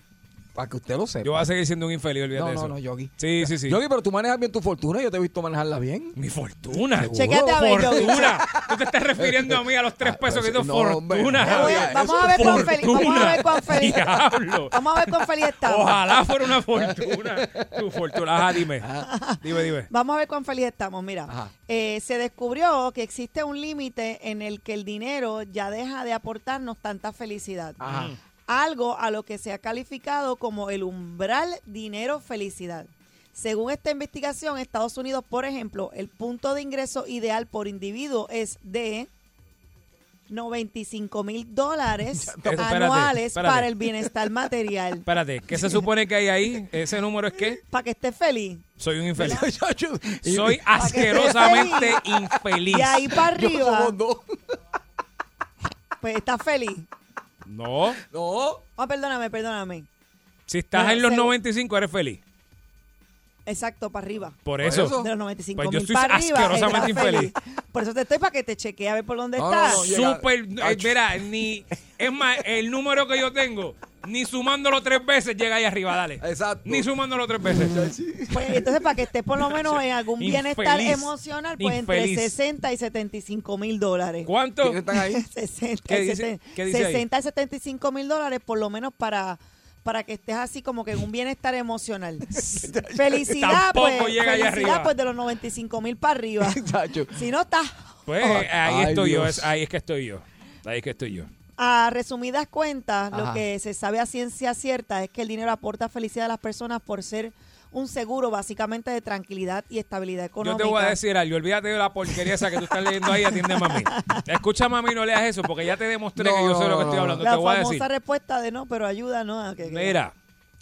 Speaker 3: Para que usted lo sepa.
Speaker 7: Yo voy a seguir siendo un infeliz, olvídate
Speaker 3: no,
Speaker 7: de eso.
Speaker 3: no, no, Yogi.
Speaker 7: Sí, sí, sí.
Speaker 3: Yogi, pero tú manejas bien tu fortuna. Yo te he visto manejarla bien.
Speaker 7: Mi fortuna.
Speaker 3: Seguro.
Speaker 5: Chequéate a ver, Yogi.
Speaker 7: Fortuna. Tú te estás refiriendo a mí a los tres
Speaker 3: Ah,
Speaker 7: pesos que
Speaker 3: pero
Speaker 7: tengo
Speaker 3: sí, no, hombre,
Speaker 7: fortuna.
Speaker 3: no,
Speaker 7: Javier.
Speaker 3: oye,
Speaker 5: Vamos a ver cuán feliz, vamos a ver cuán
Speaker 7: Fortuna.
Speaker 5: feliz.
Speaker 7: Diablo.
Speaker 5: Vamos a ver cuán feliz estamos.
Speaker 7: Ojalá fuera una fortuna. Tu fortuna. Ajá, dime.
Speaker 3: Ah.
Speaker 7: Dime, dime.
Speaker 5: Vamos a ver cuán feliz estamos. Mira,
Speaker 3: Ajá.
Speaker 5: eh, se descubrió que existe un límite en el que el dinero ya deja de aportarnos tanta felicidad.
Speaker 3: Ajá.
Speaker 5: Algo a lo que se ha calificado como el umbral dinero-felicidad. Según esta investigación, en Estados Unidos, por ejemplo, el punto de ingreso ideal por individuo es de 95 mil dólares
Speaker 7: Espérate,
Speaker 5: anuales
Speaker 7: espérate.
Speaker 5: para el bienestar material.
Speaker 7: Espérate, ¿qué se supone que hay ahí? ¿Ese número es qué?
Speaker 5: para que estés feliz.
Speaker 7: Soy un infeliz.
Speaker 3: Y-
Speaker 7: Soy
Speaker 3: y-
Speaker 7: asquerosamente infeliz.
Speaker 5: Y ahí para
Speaker 3: yo
Speaker 5: arriba,
Speaker 3: somos dos.
Speaker 5: pues estás feliz.
Speaker 7: No,
Speaker 3: No.
Speaker 5: Ah, perdóname, perdóname.
Speaker 7: si estás
Speaker 5: Bueno,
Speaker 7: en los
Speaker 5: según-
Speaker 7: 95 eres feliz.
Speaker 5: Exacto, para arriba.
Speaker 7: Por eso.
Speaker 3: eso.
Speaker 5: De los 95
Speaker 7: Pues yo
Speaker 5: mil
Speaker 7: estoy
Speaker 5: para arriba.
Speaker 7: asquerosamente
Speaker 5: estás feliz.
Speaker 7: infeliz.
Speaker 5: Por eso te estoy para que te chequee a ver por dónde
Speaker 3: No, no,
Speaker 5: estás.
Speaker 3: no, yo- Llega-
Speaker 7: Súper, eh,
Speaker 3: Ach.
Speaker 7: mira, ni, es más, el número que yo tengo, ni sumándolo tres veces llega ahí arriba, dale.
Speaker 3: Exacto.
Speaker 7: Ni sumándolo tres veces.
Speaker 5: Pues, entonces, para que estés por lo menos en algún bienestar
Speaker 7: Infeliz.
Speaker 5: emocional, pues
Speaker 7: Infeliz.
Speaker 5: entre 60 y 75 mil dólares.
Speaker 7: ¿Cuánto?
Speaker 3: ¿Quiénes están ahí?
Speaker 5: 60,
Speaker 7: ¿Qué
Speaker 5: y
Speaker 7: dice-
Speaker 5: seten-
Speaker 7: qué dice ahí?
Speaker 5: 60 y 75 mil dólares por lo menos para para que estés así como que en un bienestar emocional. felicidad,
Speaker 7: Tampoco
Speaker 5: pues,
Speaker 7: llega ahí
Speaker 5: felicidad
Speaker 7: arriba.
Speaker 5: pues de los 95 mil para arriba.
Speaker 3: Chacho.
Speaker 5: si no estás
Speaker 7: Pues eh, ahí
Speaker 3: Ay,
Speaker 7: estoy yo,
Speaker 3: Dios.
Speaker 7: es- ahí es que estoy yo. Ahí es que estoy yo.
Speaker 5: A resumidas cuentas, lo
Speaker 3: Ajá.
Speaker 5: que se sabe a ciencia cierta es que el dinero aporta felicidad a las personas por ser un seguro básicamente de tranquilidad y estabilidad
Speaker 7: Yo
Speaker 5: económica.
Speaker 7: te voy a decir algo, olvídate de la porquería esa que tú estás leyendo ahí, atiende a mami. Escucha mami, no leas eso, porque ya te demostré que yo sé lo que estoy
Speaker 3: No, no, no.
Speaker 7: hablando.
Speaker 5: la
Speaker 7: te voy a
Speaker 5: famosa
Speaker 7: decir.
Speaker 5: respuesta de no, pero ayuda, ¿no? A que- que-
Speaker 7: Mira,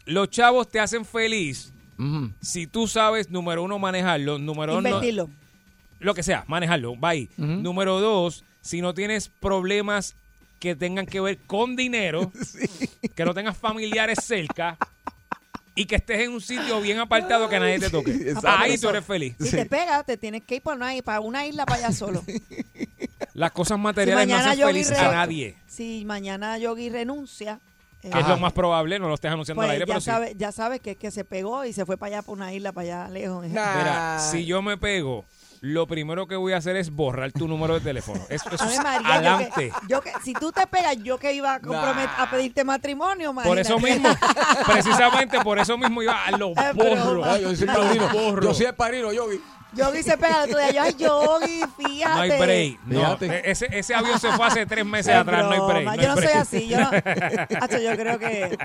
Speaker 7: los chavos te hacen feliz
Speaker 3: Ujú.
Speaker 7: si tú sabes, número uno, manejarlo, número dos, no-
Speaker 5: invertirlo.
Speaker 7: lo que sea, manejarlo, va ahí. Número dos, si no tienes problemas que tengan que ver con dinero, que no tengas familiares cerca y que estés en un sitio bien apartado que nadie te toque.
Speaker 3: exacto.
Speaker 7: Ahí tú eres feliz.
Speaker 5: Si te pega, te tienes que ir para una, para una isla para allá solo.
Speaker 7: Las cosas
Speaker 5: si
Speaker 7: materiales no
Speaker 5: mañana
Speaker 7: hacen
Speaker 5: Yogi
Speaker 7: feliz
Speaker 5: re-
Speaker 7: a nadie,
Speaker 5: Si mañana Yogi renuncia, eh,
Speaker 7: que es lo más probable, no lo estés anunciando
Speaker 5: pues
Speaker 7: al aire,
Speaker 5: ya,
Speaker 7: pero sí.
Speaker 5: sabes, ya sabes que, que se pegó y se fue para allá, para una isla, para allá lejos.
Speaker 7: Mira, si yo me pego, lo primero que voy a hacer es borrar tu número de teléfono. Eso, eso es
Speaker 5: Ave María, yo que-
Speaker 7: adelante.
Speaker 5: yo que- si tú te pegas, yo que iba a, compromet-
Speaker 3: Nah.
Speaker 5: a pedirte matrimonio,
Speaker 7: Por eso
Speaker 5: imagínate.
Speaker 7: mismo, precisamente por eso mismo yo a lo
Speaker 5: Es
Speaker 7: borro.
Speaker 5: broma.
Speaker 3: Ay, Ah, yo soy
Speaker 7: Lo
Speaker 3: padrino.
Speaker 7: borro.
Speaker 3: Yo soy el padrino, Yogi.
Speaker 5: Yogi se pega el otro día. Yo, ay, Yogi, fíjate.
Speaker 7: No hay break. No, E-,
Speaker 3: Fíjate.
Speaker 7: ese, ese avión se fue hace tres meses
Speaker 5: Es
Speaker 7: atrás. No hay break. no
Speaker 5: broma. yo
Speaker 7: hay
Speaker 5: no
Speaker 7: break.
Speaker 5: soy así. Yo, no, Hacho, yo creo que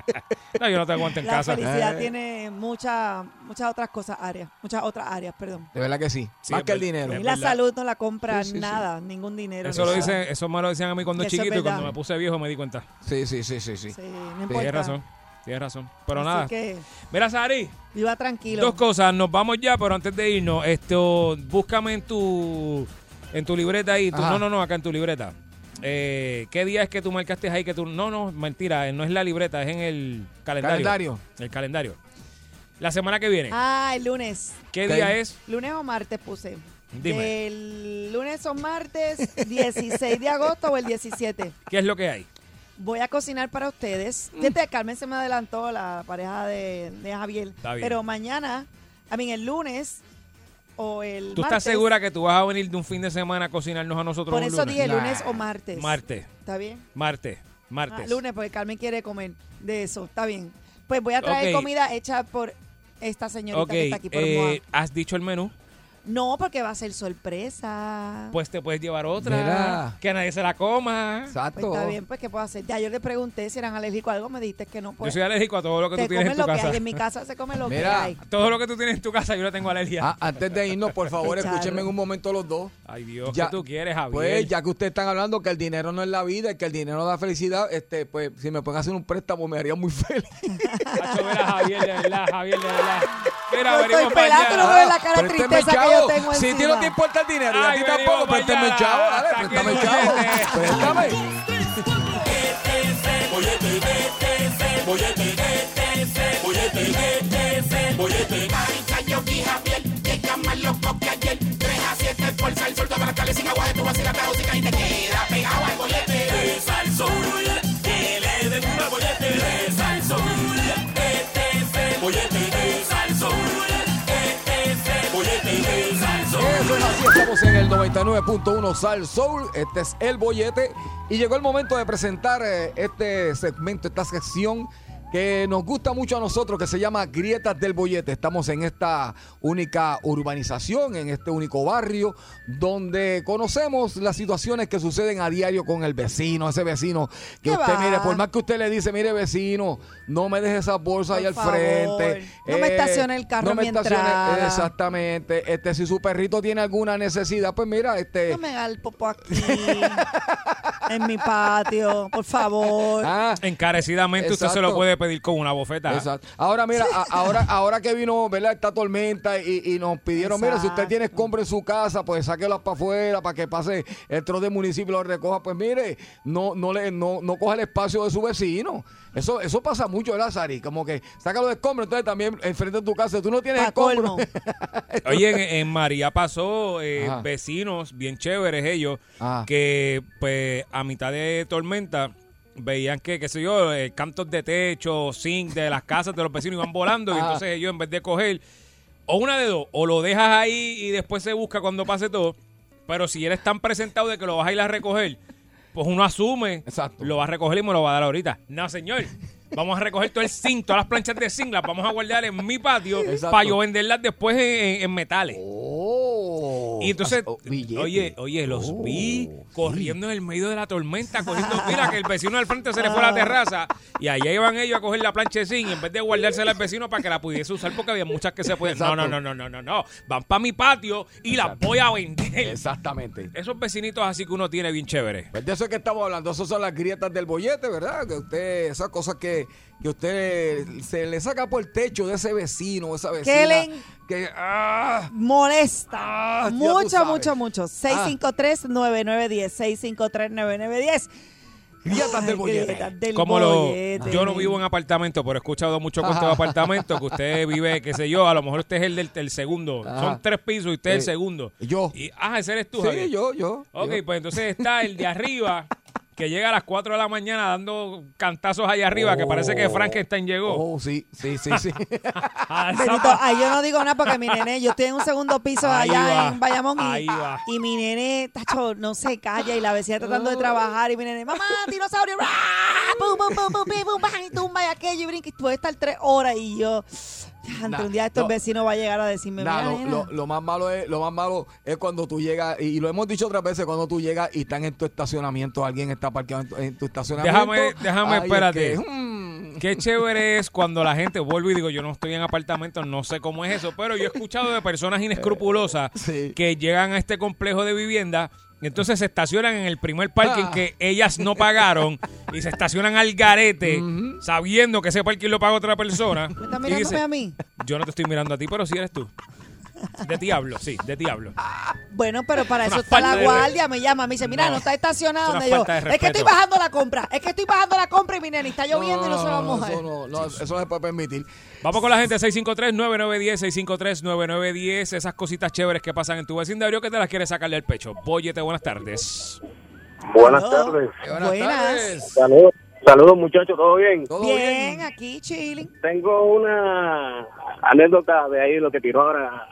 Speaker 7: No, yo no te aguanto en
Speaker 5: la
Speaker 7: casa.
Speaker 5: felicidad
Speaker 3: Eh.
Speaker 5: tiene muchas muchas otras cosas áreas. Muchas otras áreas, perdón.
Speaker 3: De verdad que sí.
Speaker 7: Sí,
Speaker 3: Más
Speaker 7: es
Speaker 3: que el
Speaker 7: verdad.
Speaker 3: dinero.
Speaker 7: Es
Speaker 5: Y la
Speaker 7: verdad.
Speaker 5: salud no la compra nada, ningún dinero.
Speaker 7: Eso, lo
Speaker 5: ni nada.
Speaker 7: dicen, eso me lo decían a mí cuando
Speaker 5: Eso es
Speaker 7: chiquito y cuando
Speaker 5: verdad. Pues
Speaker 7: me puse viejo me di cuenta.
Speaker 3: Sí, sí, sí, sí, sí.
Speaker 5: Sí, no importa.
Speaker 7: Tienes razón. Tienes razón. Pero
Speaker 5: Así
Speaker 7: nada.
Speaker 5: que
Speaker 7: Mira, Sari.
Speaker 5: viva tranquilo.
Speaker 7: Dos cosas, nos vamos ya, pero antes de irnos, esto, búscame en tu en tu libreta ahí. tú-
Speaker 3: Ajá.
Speaker 7: no, no, no, acá en tu libreta. Eh, ¿Qué día es que tú marcaste ahí que tú? No, no, mentira, eh, no es la libreta, es en el calendario.
Speaker 3: Calendario.
Speaker 7: El calendario. La semana que viene,
Speaker 5: Ah, el lunes.
Speaker 7: ¿qué
Speaker 3: ok.
Speaker 7: día es?
Speaker 5: Lunes o martes puse.
Speaker 7: Dime.
Speaker 5: El lunes o martes, 16 de agosto o el 17.
Speaker 7: ¿Qué es lo que hay?
Speaker 5: Voy a cocinar para ustedes.
Speaker 7: Mm.
Speaker 5: Fíjate, Carmen se me adelantó, la pareja de, de Javier.
Speaker 7: Está bien.
Speaker 5: Pero mañana, a mí el lunes o el
Speaker 7: ¿Tú
Speaker 5: martes,
Speaker 7: estás segura que tú vas a venir de un fin de semana a cocinarnos a nosotros
Speaker 5: Por
Speaker 7: un
Speaker 5: eso
Speaker 7: lunes?
Speaker 5: dije
Speaker 3: Nah.
Speaker 5: lunes o martes.
Speaker 7: Martes,
Speaker 5: ¿Está bien?
Speaker 7: martes, martes.
Speaker 5: Ah, lunes, porque Carmen quiere comer de eso. Está bien. Pues voy a traer
Speaker 7: Ok.
Speaker 5: comida hecha por esta señorita
Speaker 7: Ok,
Speaker 5: que está aquí por
Speaker 7: eh,
Speaker 5: Moa.
Speaker 7: ¿has dicho el menú?
Speaker 5: No, porque va a ser sorpresa.
Speaker 7: Pues te puedes llevar otra.
Speaker 3: Mira.
Speaker 7: Que nadie se la coma.
Speaker 5: Pues
Speaker 3: Exacto.
Speaker 5: está bien, pues ¿qué puedo hacer? Ya yo le pregunté si eran alérgicos a algo, me dijiste que no. Pues,
Speaker 7: Yo soy alérgico a todo lo que
Speaker 5: te
Speaker 7: tú tienes en
Speaker 5: comes
Speaker 7: tu
Speaker 5: lo
Speaker 7: casa.
Speaker 5: que hay. En mi casa se come lo que
Speaker 3: Mira.
Speaker 5: hay.
Speaker 7: Todo lo que tú tienes en tu casa, yo le tengo alergia.
Speaker 3: Ah, antes de irnos, por favor,
Speaker 5: Charro.
Speaker 3: escúchenme en un momento los dos.
Speaker 7: Ay, Dios, ¿qué tú quieres, Javier?
Speaker 3: Pues ya que ustedes están hablando que el dinero no es la vida y que el dinero da felicidad, este, pues si me pueden hacer un préstamo me haría muy feliz.
Speaker 7: Hacho, mira, Javier, de verdad, Javier, de verdad. Mira,
Speaker 5: Yo estoy
Speaker 7: venimos
Speaker 5: pelada, tú no
Speaker 7: para
Speaker 5: ves
Speaker 7: allá.
Speaker 5: la cara de
Speaker 3: Présteme,
Speaker 5: tristeza que
Speaker 3: chavo.
Speaker 5: yo tengo
Speaker 3: Si a ti
Speaker 5: encima.
Speaker 3: no te importa el dinero, y
Speaker 7: Ay,
Speaker 3: a ti
Speaker 7: venimos
Speaker 3: tampoco,
Speaker 7: para
Speaker 3: préstame
Speaker 7: allá.
Speaker 3: chavo,
Speaker 7: Hasta
Speaker 3: dale,
Speaker 7: aquí
Speaker 3: préstame
Speaker 7: el
Speaker 3: chavo.
Speaker 7: bollete.
Speaker 3: Préstame.
Speaker 1: Sal, sol, que le den una bollete de sal, sol, que
Speaker 3: 99.1 Sal Soul. Este es El Bollete. Y llegó el momento de presentar eh, este segmento, esta sección que nos gusta mucho a nosotros, que se llama Grietas del Bollete. Estamos en esta única urbanización, en este único barrio, donde conocemos las situaciones que suceden a diario con el vecino, ese vecino que
Speaker 5: ¿Qué
Speaker 3: usted,
Speaker 5: va?
Speaker 3: mire, por más que usted le dice, mire, vecino, no me deje esas bolsas ahí al
Speaker 5: Por favor,
Speaker 3: frente. eh,
Speaker 5: no me estacione el carro
Speaker 3: no me
Speaker 5: en mi
Speaker 3: estacione-
Speaker 5: entrada.
Speaker 3: Exactamente. Este, si su perrito tiene alguna necesidad, pues mira, este.
Speaker 5: No me haga el popo aquí, en mi patio, por favor.
Speaker 3: ah,
Speaker 7: Encarecidamente usted se
Speaker 3: Exacto.
Speaker 7: lo puede pedir con una bofeta.
Speaker 3: Exacto. Ahora, mira, a- ahora, ahora que vino, ¿verdad? Esta tormenta y, y nos pidieron, mira, si usted
Speaker 5: Exacto.
Speaker 3: tiene escombro en su casa, pues sáquelas para afuera, para que pase el tro de municipio y lo recoja. Pues mire, no, no le, no, no coja el espacio de su vecino. Eso, eso pasa mucho, ¿verdad, Sari? Como que sácalo de escombro, entonces también enfrente de tu casa, tú no tienes
Speaker 5: Pa'
Speaker 3: escombro.
Speaker 5: colmo.
Speaker 7: Oye, en, en María pasó eh,
Speaker 3: Ajá.
Speaker 7: vecinos bien chéveres ellos
Speaker 3: Ajá.
Speaker 7: que pues a mitad de tormenta veían que, qué sé yo, eh, cantos de techo, zinc de las casas de los vecinos iban volando y
Speaker 3: Ajá.
Speaker 7: entonces ellos en vez de coger o una de dos, o lo dejas ahí y después se busca cuando pase todo, pero si eres tan presentado de que lo vas a ir a recoger, pues uno asume,
Speaker 3: Exacto.
Speaker 7: lo va a recoger y me lo va a dar ahorita. No, señor. Vamos a recoger todo el zinc, todas las planchas de zinc, las vamos a guardar en mi patio
Speaker 3: Exacto.
Speaker 7: para yo venderlas después en, en- en metales.
Speaker 3: Oh,
Speaker 7: Y entonces,
Speaker 3: oh, billete.
Speaker 7: oye, oye, los
Speaker 3: Oh,
Speaker 7: vi
Speaker 3: sí.
Speaker 7: corriendo en el medio de la tormenta, cogiendo, mira que el vecino del frente se le fue a la terraza y allá iban ellos a coger la plancha de zinc en vez de guardársela al vecino para que la pudiese usar porque había muchas que se pueden. No,
Speaker 3: Exacto.
Speaker 7: no, no, no, no, no, no. Van para mi patio y las voy a vender.
Speaker 3: Exactamente.
Speaker 7: Esos vecinitos así que uno tiene bien chévere.
Speaker 3: Pues de eso es que estamos hablando, esas son las grietas del bollete, ¿verdad? Que usted, esas cosas que, que usted se le saca por el techo de ese vecino o esa vecina.
Speaker 5: le-
Speaker 3: Que, ¡ah!
Speaker 5: Molesta.
Speaker 3: Ah, ya tú
Speaker 5: mucho,
Speaker 3: sabes. Ah.
Speaker 5: mucho, mucho. 653-9910. 653-9910.
Speaker 3: Grietas
Speaker 5: Ay,
Speaker 3: del bollete.
Speaker 5: grietas del
Speaker 7: Como lo,
Speaker 5: bollete.
Speaker 7: yo no vivo en apartamento, pero he escuchado mucho cuento
Speaker 3: Ah.
Speaker 7: de apartamento que usted vive, qué sé yo, a lo mejor usted es el del el segundo.
Speaker 3: Ajá.
Speaker 7: Son tres pisos y usted es el
Speaker 3: Ah. Eh,
Speaker 7: segundo.
Speaker 3: yo.
Speaker 7: Y, ah, ese eres tú, Javier.
Speaker 3: Sí, yo, yo.
Speaker 7: Ok,
Speaker 3: yo.
Speaker 7: pues entonces está el de arriba, que llega a las 4 de la mañana dando cantazos allá arriba, que parece que
Speaker 3: Oh.
Speaker 7: Frankenstein llegó.
Speaker 3: Oh, sí, sí, sí, sí.
Speaker 7: Ah, esa
Speaker 5: Benito,
Speaker 7: pa-
Speaker 5: ay, yo no digo nada porque mi nene, yo estoy en un segundo piso
Speaker 7: Ahí
Speaker 5: allá
Speaker 7: va,
Speaker 5: en Bayamón
Speaker 7: ahí
Speaker 5: y,
Speaker 7: va. Oh.
Speaker 5: y mi nene, tacho, no se calla y la vecina tratando de trabajar y mi nene, mamá, dinosaurio, ¡bra! pum, pum, pum, pum, pim, pum, bam, y tumba y aquello y brinca y puede estar tres horas y yo, "Ya, entre
Speaker 3: Nah,
Speaker 5: un día estos
Speaker 3: no.
Speaker 5: vecinos va a llegar a decirme,
Speaker 3: Nah,
Speaker 5: mira,
Speaker 3: lo,
Speaker 5: nena,
Speaker 3: lo- lo más malo es, lo más malo es cuando tú llegas, y lo hemos dicho otras veces, cuando tú llegas y están en tu estacionamiento, alguien está parqueado en tu, en tu estacionamiento.
Speaker 7: Déjame- déjame,
Speaker 3: Ay, es
Speaker 7: espérate.
Speaker 3: que, mm,
Speaker 7: Qué chévere es cuando la gente, vuelvo y digo, yo no estoy en apartamentos, no sé cómo es eso, pero yo he escuchado de personas inescrupulosas
Speaker 3: sí.
Speaker 7: que llegan a este complejo de vivienda y entonces se estacionan en el primer parking que ellas no pagaron y se estacionan al garete sabiendo que ese parking lo paga otra persona.
Speaker 5: ¿me estás
Speaker 7: Y
Speaker 5: mirándome
Speaker 7: dice,
Speaker 5: a mí?
Speaker 7: Yo no te estoy mirando a ti, pero sí eres tú. De diablo, sí, de diablo.
Speaker 5: Bueno, pero para
Speaker 7: Una
Speaker 5: eso está
Speaker 7: falta
Speaker 5: la
Speaker 7: de
Speaker 5: guardia, me llama, me dice, mira,
Speaker 7: No,
Speaker 5: no, está
Speaker 7: es
Speaker 5: estacionado.
Speaker 7: una
Speaker 5: donde yo,
Speaker 7: falta de
Speaker 5: es que estoy
Speaker 7: respeto.
Speaker 5: bajando la compra, es que estoy bajando la compra y mi nene está lloviendo y no se va a mojar.
Speaker 3: Eso no, no, eso no se puede permitir.
Speaker 7: Vamos con la gente 653-9910, 653-9910, esas cositas chéveres que pasan en tu vecindario que te las quieres sacarle del pecho. Boyete, buenas tardes.
Speaker 8: Buenas
Speaker 5: Hello.
Speaker 8: tardes.
Speaker 3: Buenas,
Speaker 5: Buenas.
Speaker 3: tardes.
Speaker 8: Saludos, saludos muchachos, ¿todo bien?
Speaker 3: ¿Todo
Speaker 5: Bien,
Speaker 3: bien?
Speaker 5: aquí chilling.
Speaker 8: Tengo una anécdota de ahí, lo que tiró ahora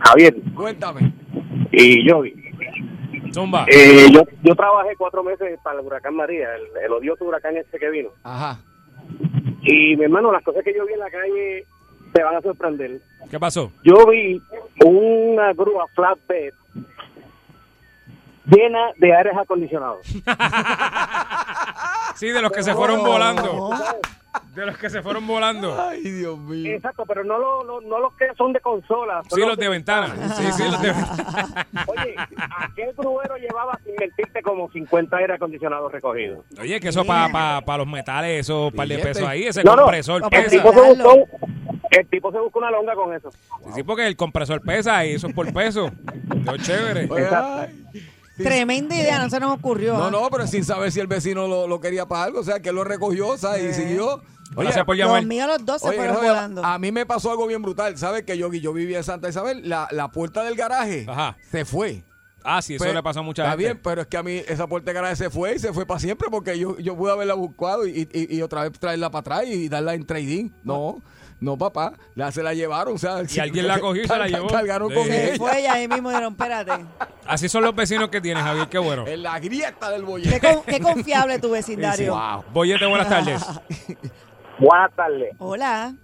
Speaker 8: Javier
Speaker 3: Cuéntame.
Speaker 8: y yo.
Speaker 7: Zumba.
Speaker 8: Eh, yo, yo trabajé cuatro meses para el huracán María, el, el odioso huracán ese que vino.
Speaker 3: Ajá.
Speaker 8: Y mi hermano, las cosas que yo vi en la calle te van a sorprender.
Speaker 7: ¿Qué pasó?
Speaker 8: Yo vi una grúa flatbed llena de aires acondicionados.
Speaker 7: Sí, de los que se fueron volando. De los que se fueron volando.
Speaker 3: Ay, Dios mío.
Speaker 8: Exacto, pero no, lo- lo- no los que son de consola. son
Speaker 7: Sí, los de ventana. Sí, sí, los de ventana.
Speaker 8: Oye, aquel gruero llevaba, sin mentirte, como 50 aires acondicionados recogidos.
Speaker 7: Oye, que eso para los metales, esos par de
Speaker 3: Billete.
Speaker 7: pesos ahí, ese
Speaker 8: No, no.
Speaker 7: compresor
Speaker 5: Papá,
Speaker 8: El
Speaker 7: pesa.
Speaker 8: tipo, se
Speaker 5: Carlos.
Speaker 8: buscó, el tipo se buscó una longa con eso.
Speaker 7: Sí, porque el compresor pesa y eso es por peso. Qué chévere.
Speaker 3: Pues,
Speaker 8: Exacto.
Speaker 3: ay.
Speaker 5: Tremenda idea, no se nos ocurrió.
Speaker 3: No,
Speaker 5: ¿ah?
Speaker 3: no, pero sin saber si el vecino lo, lo quería para algo. O sea, que él lo recogió, ¿sabes? Y siguió.
Speaker 7: Gracias por llamar.
Speaker 5: Los míos los dos se
Speaker 3: oye,
Speaker 5: fueron
Speaker 3: Rogelio,
Speaker 5: volando.
Speaker 3: a mí me pasó algo bien brutal. ¿Sabes que yo, yo vivía en Santa Isabel? La, la puerta del garaje
Speaker 7: Ajá.
Speaker 3: se fue.
Speaker 7: Ah, sí, eso
Speaker 3: Pe-
Speaker 7: le pasa a mucha
Speaker 3: pues, Está
Speaker 7: gente.
Speaker 3: bien, pero es que a mí esa puerta cara se fue y se fue para siempre porque yo, yo pude haberla buscado y, y- y otra vez traerla para atrás y darla en trading. No, no, papá. La, se la llevaron. O sea, se-
Speaker 7: alguien la cogió y se la llevó.
Speaker 3: Cargaron con
Speaker 7: Sí.
Speaker 5: Se
Speaker 3: ella.
Speaker 5: fue y ahí mismo dijeron, espérate.
Speaker 7: Así son los vecinos que tienes, Javier, qué bueno.
Speaker 3: En la grieta del
Speaker 5: Qué,
Speaker 3: bollete.
Speaker 5: con- qué confiable tu vecindario.
Speaker 3: Wow.
Speaker 7: Bollete, buenas tardes.
Speaker 8: Buenas tardes.
Speaker 5: Hola,